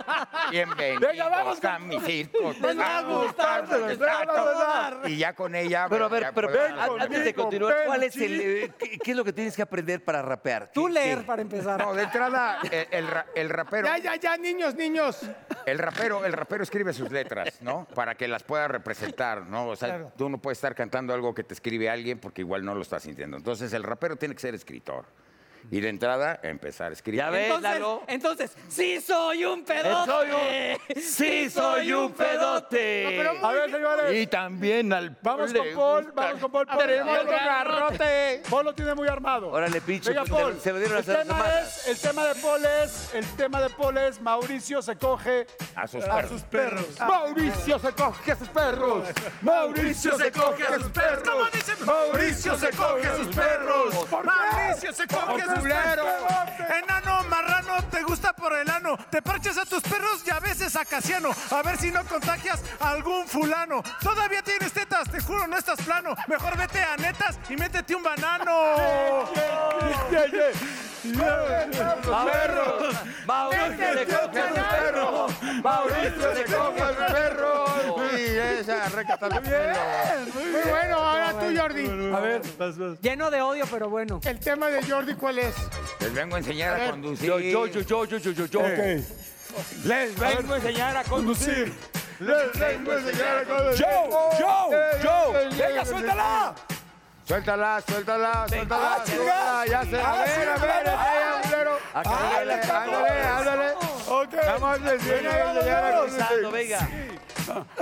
Speaker 10: Bienvenido
Speaker 4: Venga, vamos
Speaker 10: a mi circo. Te
Speaker 2: pues,
Speaker 10: va a
Speaker 4: gustar,
Speaker 10: gustar lo que
Speaker 4: te va a
Speaker 10: trato.
Speaker 4: gustar.
Speaker 10: Y ya con ella...
Speaker 2: Pero a
Speaker 10: bueno,
Speaker 2: ver,
Speaker 10: ya
Speaker 2: pero,
Speaker 10: podemos
Speaker 2: pero,
Speaker 10: hablar
Speaker 2: an-
Speaker 10: de-
Speaker 2: antes de
Speaker 4: conmigo,
Speaker 2: continuar, ¿cuál es
Speaker 4: Penchi.
Speaker 2: el, eh, qué, qué es lo que tienes que aprender para rapear?
Speaker 6: Tú
Speaker 2: ¿Qué-
Speaker 6: leer
Speaker 2: qué?
Speaker 6: para empezar.
Speaker 10: No, de entrada, el, el ra- el rapero...
Speaker 7: Ya, ya, ya, niños, niños.
Speaker 10: El rapero, el rapero escribe sus letras, ¿no? Para que las pueda representar, ¿no? O sea,
Speaker 7: Claro.
Speaker 10: tú no puedes estar cantando algo que te escribe alguien porque igual no lo estás sintiendo. Entonces, el rapero tiene que ser escritor. Y de entrada, empezar a escribir.
Speaker 2: Ya ves,
Speaker 6: Entonces,
Speaker 2: Lalo. Eh,
Speaker 6: entonces, sí soy un pedote.
Speaker 2: Soy un- sí, soy un pedote.
Speaker 4: A ver, señores.
Speaker 10: Y también al
Speaker 4: Vamos
Speaker 10: le
Speaker 4: con Paul,
Speaker 10: gusta.
Speaker 4: vamos con Paul. Paul,
Speaker 7: Tenemos
Speaker 4: Paul,
Speaker 7: garrote.
Speaker 4: Paul lo tiene muy armado.
Speaker 2: Órale, pinche,
Speaker 4: Venga,
Speaker 2: se-
Speaker 4: Paul.
Speaker 2: se lo dieron
Speaker 4: el
Speaker 2: hace dos
Speaker 4: tema
Speaker 2: semanas.
Speaker 4: es, El tema de Paul es, el tema de Paul es, Mauricio se coge
Speaker 10: A sus
Speaker 4: a
Speaker 10: perros.
Speaker 4: sus perros.
Speaker 7: Ah.
Speaker 4: Mauricio se coge a sus perros. Mauricio se coge a sus perros. Mauricio se coge a sus perros. Mauricio se coge a sus perros.
Speaker 11: Enano marrano, te gusta por el ano. Te parches a tus perros y a veces a Casiano. A ver si no contagias a algún fulano. Todavía tienes tetas, te juro, no estás plano. Mejor vete a netas y métete un banano.
Speaker 4: Yeah, yeah.
Speaker 2: A perros. Mauricio le coge a los perros. Mauricio le coge a los perros. Y esa reca está
Speaker 7: Muy bueno, ahora tú, Jordi.
Speaker 3: A ver,
Speaker 6: Lleno de odio, pero bueno.
Speaker 7: El tema de Jordi, ¿cuál es?
Speaker 10: Les vengo a enseñar a conducir.
Speaker 2: Yo, yo, yo, yo, yo, yo, yo, yo.
Speaker 10: Les vengo a enseñar a conducir.
Speaker 4: Les vengo a enseñar a conocer.
Speaker 10: Yo, yo, yo. Venga, suéltala.
Speaker 2: Suéltala, suéltala, suéltala.
Speaker 10: Ah,
Speaker 2: suéltala,
Speaker 10: chinga.
Speaker 2: Ya se
Speaker 10: Ah,
Speaker 2: a ver, a
Speaker 10: sí,
Speaker 2: ver,
Speaker 10: claro.
Speaker 2: ese culero.
Speaker 10: Ah,
Speaker 2: Ándale,
Speaker 10: le escapó.
Speaker 2: ándale, ándale.
Speaker 4: Ok.
Speaker 2: Vamos, les vengo a enseñar a
Speaker 4: Cruzando,
Speaker 2: conducir. Venga,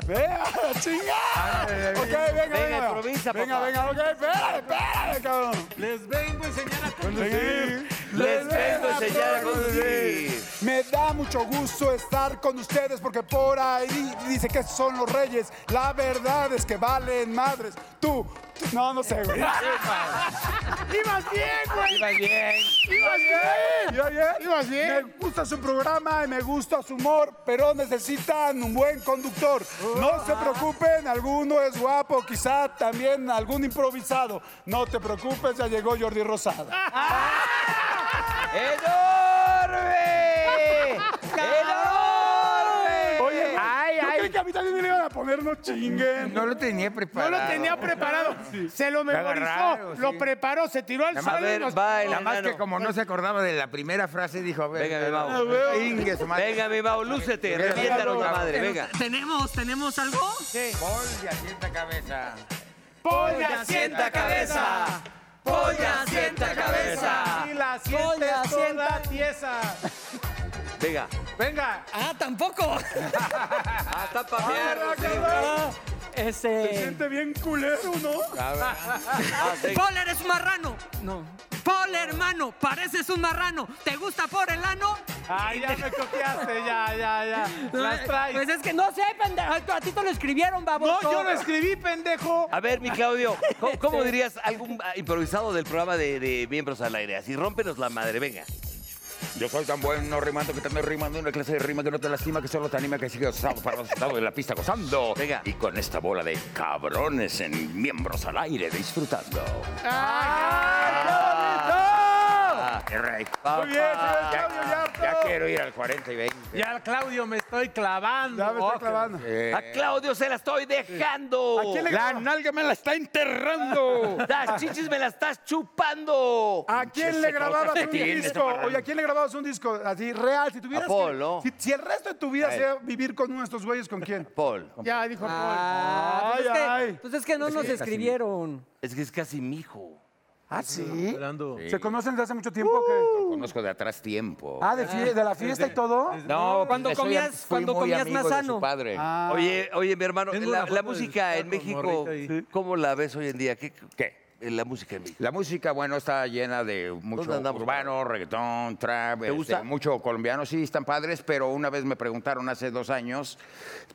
Speaker 4: Venga, chinga. Ok, venga,
Speaker 2: venga,
Speaker 4: venga.
Speaker 2: improvisa,
Speaker 4: Venga,
Speaker 2: papá.
Speaker 4: venga, ok, espérate, espérate, cabrón.
Speaker 11: Les vengo a enseñar a
Speaker 4: Conducir.
Speaker 2: Les vengo a enseñar a conducir.
Speaker 4: Me da mucho gusto estar con ustedes porque por ahí dice que son los reyes. La verdad es que valen madres. Tú, tú- no, no sé, güey.
Speaker 7: ¡Ibas bien, güey!
Speaker 10: Iba bien.
Speaker 7: ¡Ibas bien!
Speaker 4: Yo, yo,
Speaker 7: ¿Ibas bien?
Speaker 4: Me gusta su programa y me gusta su humor, pero necesitan un buen conductor. No se preocupen, alguno es guapo, quizá también algún improvisado. No te preocupes, ya llegó Jordi Rosada.
Speaker 10: ¡Enorme! ¡Enorme!
Speaker 4: Oye,
Speaker 7: Ay,
Speaker 4: yo
Speaker 7: ay.
Speaker 4: creí que a mí también me le iban a poner no chinguen.
Speaker 10: No lo tenía
Speaker 7: No
Speaker 10: preparado.
Speaker 7: lo tenía preparado. Se lo memorizó,
Speaker 10: agarraron,
Speaker 7: lo
Speaker 10: sí.
Speaker 7: preparó, se tiró al
Speaker 10: Nada más-
Speaker 2: A
Speaker 7: suelo. y
Speaker 2: ver,
Speaker 7: nos-
Speaker 2: va el
Speaker 10: Nada más que
Speaker 2: enano.
Speaker 10: como no se acordaba de la primera frase, dijo, a ver.
Speaker 2: Venga, mi
Speaker 10: espera,
Speaker 2: Mau.
Speaker 10: Ingue su madre.
Speaker 2: Venga, mi Mau, lúcete,
Speaker 10: Venga,
Speaker 2: reviéntalo
Speaker 10: venga,
Speaker 2: la
Speaker 10: Mau.
Speaker 2: madre, venga.
Speaker 6: ¿Tenemos, tenemos algo?
Speaker 10: Gol de asienta cabeza.
Speaker 7: Polla, sienta
Speaker 6: cabeza. Polla, sienta cabeza.
Speaker 11: Y la
Speaker 6: Coña,
Speaker 11: sientes
Speaker 6: sienta-
Speaker 11: toda tiesa.
Speaker 2: Venga.
Speaker 11: Venga.
Speaker 6: Ah, tampoco.
Speaker 2: Hasta pa' mierda, sí,
Speaker 6: Este.
Speaker 4: bien culero, ¿no?
Speaker 2: güey.
Speaker 6: Ah, Paul, eres un marrano. No. Paul, hermano, pareces un marrano. ¿Te gusta por el ano?
Speaker 11: Ay, ya me copiaste, ya, ya, ya. Las traes.
Speaker 6: Pues es que no sé, pendejo. A ti te lo escribieron, baboso.
Speaker 11: no, yo lo escribí, pendejo.
Speaker 2: A ver, mi Claudio, ¿cómo,
Speaker 4: Este,
Speaker 2: cómo dirías algún ah, improvisado del programa de, de Miembros al Aire? Así, rómpenos la madre, venga.
Speaker 10: Yo soy tan bueno rimando que te ando rimando una clase de rima que no te lastima, que solo te anima, que sigue osado para los estados de la pista gozando.
Speaker 2: Venga.
Speaker 10: Y con esta bola de cabrones en miembros al aire disfrutando. ¡Ah, qué rey!
Speaker 2: Muy bien, señor
Speaker 10: Ya-
Speaker 4: Claudio Yarto.
Speaker 10: ya, quiero ir al 40 y 20.
Speaker 3: ya Claudio me estoy clavando.
Speaker 4: Ya me estoy
Speaker 3: Ok.
Speaker 4: clavando.
Speaker 10: Eh,
Speaker 2: A Claudio se la estoy dejando.
Speaker 4: ¿A quién le-
Speaker 10: la nalga me la está enterrando.
Speaker 2: Las chichis me las estás chupando.
Speaker 4: ¿A quién le
Speaker 10: Pinche
Speaker 4: grababas
Speaker 10: cosa
Speaker 4: un
Speaker 10: que tienes,
Speaker 4: disco?
Speaker 10: marrano.
Speaker 4: Oye, ¿a quién le grababas un disco así real? Si tuvieras
Speaker 2: A
Speaker 4: que-
Speaker 2: Paul, ¿no?
Speaker 4: si, si el resto de tu vida sea vivir con uno de estos güeyes, ¿con quién?
Speaker 2: Paul,
Speaker 7: Ya dijo Paul.
Speaker 6: Ah,
Speaker 4: Ay,
Speaker 6: pues es que-
Speaker 4: ay.
Speaker 6: Pues es que no nos escribieron.
Speaker 2: es que es casi mi hijo.
Speaker 4: ¿Ah, sí?
Speaker 3: Esperando.
Speaker 4: ¿Se conocen desde hace mucho tiempo o qué?
Speaker 10: Lo conozco de atrás tiempo.
Speaker 4: Ah, de, fie- de la fiesta y todo.
Speaker 10: No,
Speaker 6: Cuando
Speaker 10: pues, soy am-
Speaker 6: comías-
Speaker 10: fui
Speaker 6: cuando
Speaker 10: muy
Speaker 6: comías
Speaker 10: amigo
Speaker 6: más
Speaker 10: de su
Speaker 6: sano.
Speaker 10: padre.
Speaker 4: Ah.
Speaker 2: Oye, oye, mi hermano,
Speaker 3: Tengo
Speaker 2: la,
Speaker 3: una
Speaker 2: la
Speaker 3: foto del
Speaker 2: música en
Speaker 3: Chaco,
Speaker 2: México,
Speaker 3: morrito ahí.
Speaker 2: ¿cómo la ves hoy en día? ¿Qué? Eh,
Speaker 10: ¿Qué?
Speaker 2: La música en México.
Speaker 10: La música, bueno, está llena de mucho
Speaker 2: ¿Dónde andamos?
Speaker 10: urbano, reggaetón, trap. este,
Speaker 2: gusta?
Speaker 10: mucho colombiano, sí, están padres, pero una vez me preguntaron hace dos años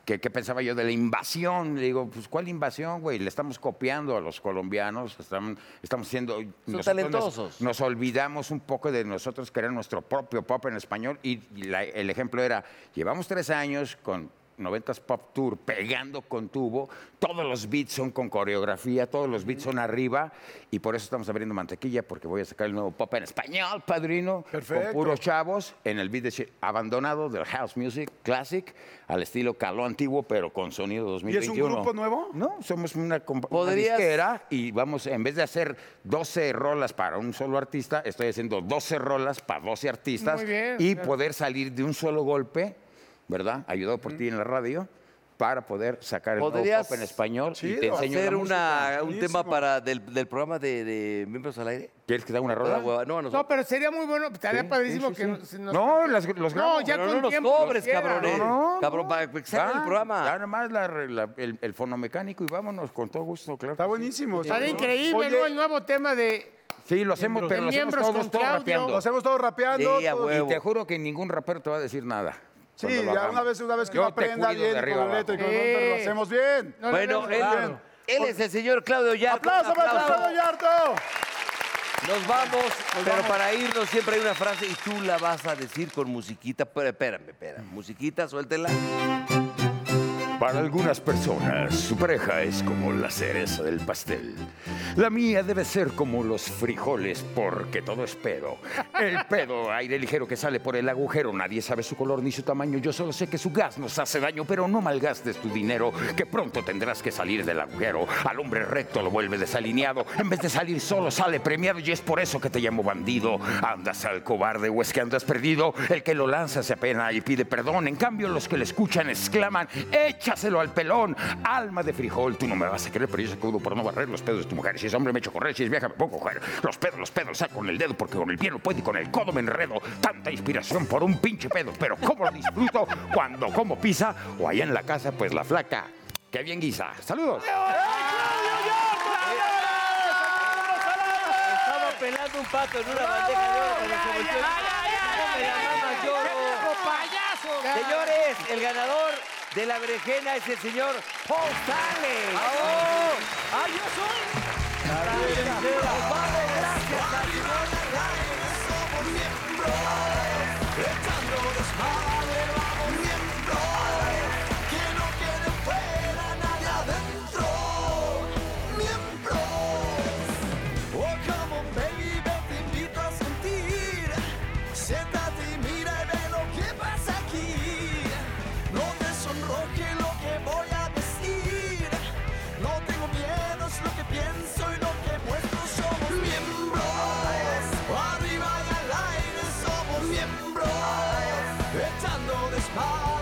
Speaker 10: que qué pensaba yo de la invasión. Le digo, pues, ¿cuál invasión, güey? Le estamos copiando a los colombianos, están, estamos siendo... nosotros nos-
Speaker 2: talentosos.
Speaker 10: Nos, olvidamos un poco de nosotros crear nuestro propio pop en español y, y la- el ejemplo era, llevamos tres años con... 90s Pop Tour pegando con tubo, todos los beats son con coreografía, todos los beats son arriba y por eso estamos abriendo mantequilla porque voy a sacar el nuevo pop en español, padrino,
Speaker 4: Perfecto.
Speaker 10: con puro los chavos en el beat de Chi- abandonado del house music classic al estilo caló antiguo pero con sonido
Speaker 4: ¿Y es un
Speaker 10: 2021.
Speaker 4: grupo nuevo?
Speaker 10: No, somos una, compa- una
Speaker 2: ¿Podrías-
Speaker 10: disquera y vamos en vez de hacer 12 rolas para un solo artista, estoy haciendo 12 rolas para 12 artistas
Speaker 7: Muy bien,
Speaker 10: y
Speaker 7: claro.
Speaker 10: poder salir de un solo golpe, ¿verdad? Ayudado por ti en la radio para poder sacar el nuevo
Speaker 2: ¿Podrías
Speaker 10: pop en español y
Speaker 4: Chido.
Speaker 10: te enseño
Speaker 2: ¿Hacer
Speaker 10: la música.
Speaker 2: una, un tema para del, del programa de, de Miembros al Aire?
Speaker 10: ¿Quieres que te haga una
Speaker 2: Toda
Speaker 10: rola?
Speaker 2: hueva- No, a nosotros.
Speaker 7: No, pero sería muy bueno, estaría
Speaker 10: Sí,
Speaker 7: padrísimo
Speaker 10: sí, sí,
Speaker 7: que
Speaker 10: sí.
Speaker 7: nos- nos-
Speaker 10: No, las- los grabo.
Speaker 7: No, ya
Speaker 2: Pero
Speaker 7: con
Speaker 2: no nos
Speaker 7: tiempo.
Speaker 2: cobres,
Speaker 7: quisiera,
Speaker 2: cabrones.
Speaker 7: ¿no?
Speaker 10: No,
Speaker 2: Cabrón, para que salga el programa.
Speaker 7: Ah.
Speaker 10: Ya nada más la re- la- el, el fonomecánico y vámonos con todo gusto, claro.
Speaker 4: Está
Speaker 10: que sí.
Speaker 4: buenísimo.
Speaker 7: Está
Speaker 4: Oye,
Speaker 7: increíble, ¿no? El nuevo tema de.
Speaker 10: Sí, lo hacemos, pero lo hacemos
Speaker 7: miembros
Speaker 10: todos,
Speaker 7: con
Speaker 10: todos
Speaker 7: Claudio.
Speaker 10: rapeando.
Speaker 4: Lo hacemos todos rapeando.
Speaker 2: Sí, a
Speaker 4: todos-
Speaker 2: huevo.
Speaker 10: y te juro que ningún rapero te va a decir nada.
Speaker 4: Sí,
Speaker 10: cuando lo
Speaker 4: ya
Speaker 10: hagamos.
Speaker 4: una vez, una vez que
Speaker 10: Yo
Speaker 4: uno
Speaker 10: te
Speaker 4: aprenda
Speaker 10: cuido de
Speaker 4: bien con
Speaker 10: arriba
Speaker 4: la letra y
Speaker 10: abajo.
Speaker 4: con
Speaker 7: abajo.
Speaker 4: todo, pero lo hacemos bien.
Speaker 7: No, no,
Speaker 2: Bueno,
Speaker 7: no,
Speaker 2: él,
Speaker 7: claro.
Speaker 2: él es el señor Claudio Yarto.
Speaker 4: ¡Aplauso
Speaker 2: Un
Speaker 4: para
Speaker 2: aplauso.
Speaker 4: Alfredo Yarto!
Speaker 2: Nos vamos, pero para irnos siempre hay una frase y tú la vas a decir con musiquita. Pero espérame, espérame. Musiquita, suéltela.
Speaker 10: Para algunas personas, su pareja es como la cereza del pastel. La mía debe ser como los frijoles, porque todo es pedo. El pedo, aire ligero que sale por el agujero. Nadie sabe su color ni su tamaño. Yo solo sé que su gas nos hace daño, pero no malgastes tu dinero, que pronto tendrás que salir del agujero. Al hombre recto lo vuelve desalineado. En vez de salir solo, sale premiado y es por eso que te llamo bandido. Andas al cobarde o es que andas perdido. El que lo lanza se apena y pide perdón. En cambio, los que le escuchan exclaman, échaselo al pelón. Alma de frijol, tú no me vas a creer, pero yo sacudo por no barrer los pedos de tu mujer. Si es hombre me echo a correr, si es vieja me pongo a coger. Los pedos, los pedos, saco con el dedo porque con el pie no puedo y con el codo me enredo. Tanta inspiración por un pinche pedo, pero ¿cómo lo disfruto cuando como pizza o allá en la casa pues la flaca? ¡Qué bien guisa! ¡Saludos!
Speaker 2: Estaba pelando un pato en una bandeja de oro cuando se volteó. Me la mama, lloro. Señores, el ganador de la berenjena es el señor Paul Stanley. ¡Ah, yo soy!
Speaker 12: Oh, come on, baby, te invito a sentir. Siéntate y mira y ve lo que pasa aquí. No te sonroje lo que voy a decir. No tengo miedo, es lo que pienso y lo que muestro. Somos miembros. Arriba y al aire somos miembros. Echando despacio.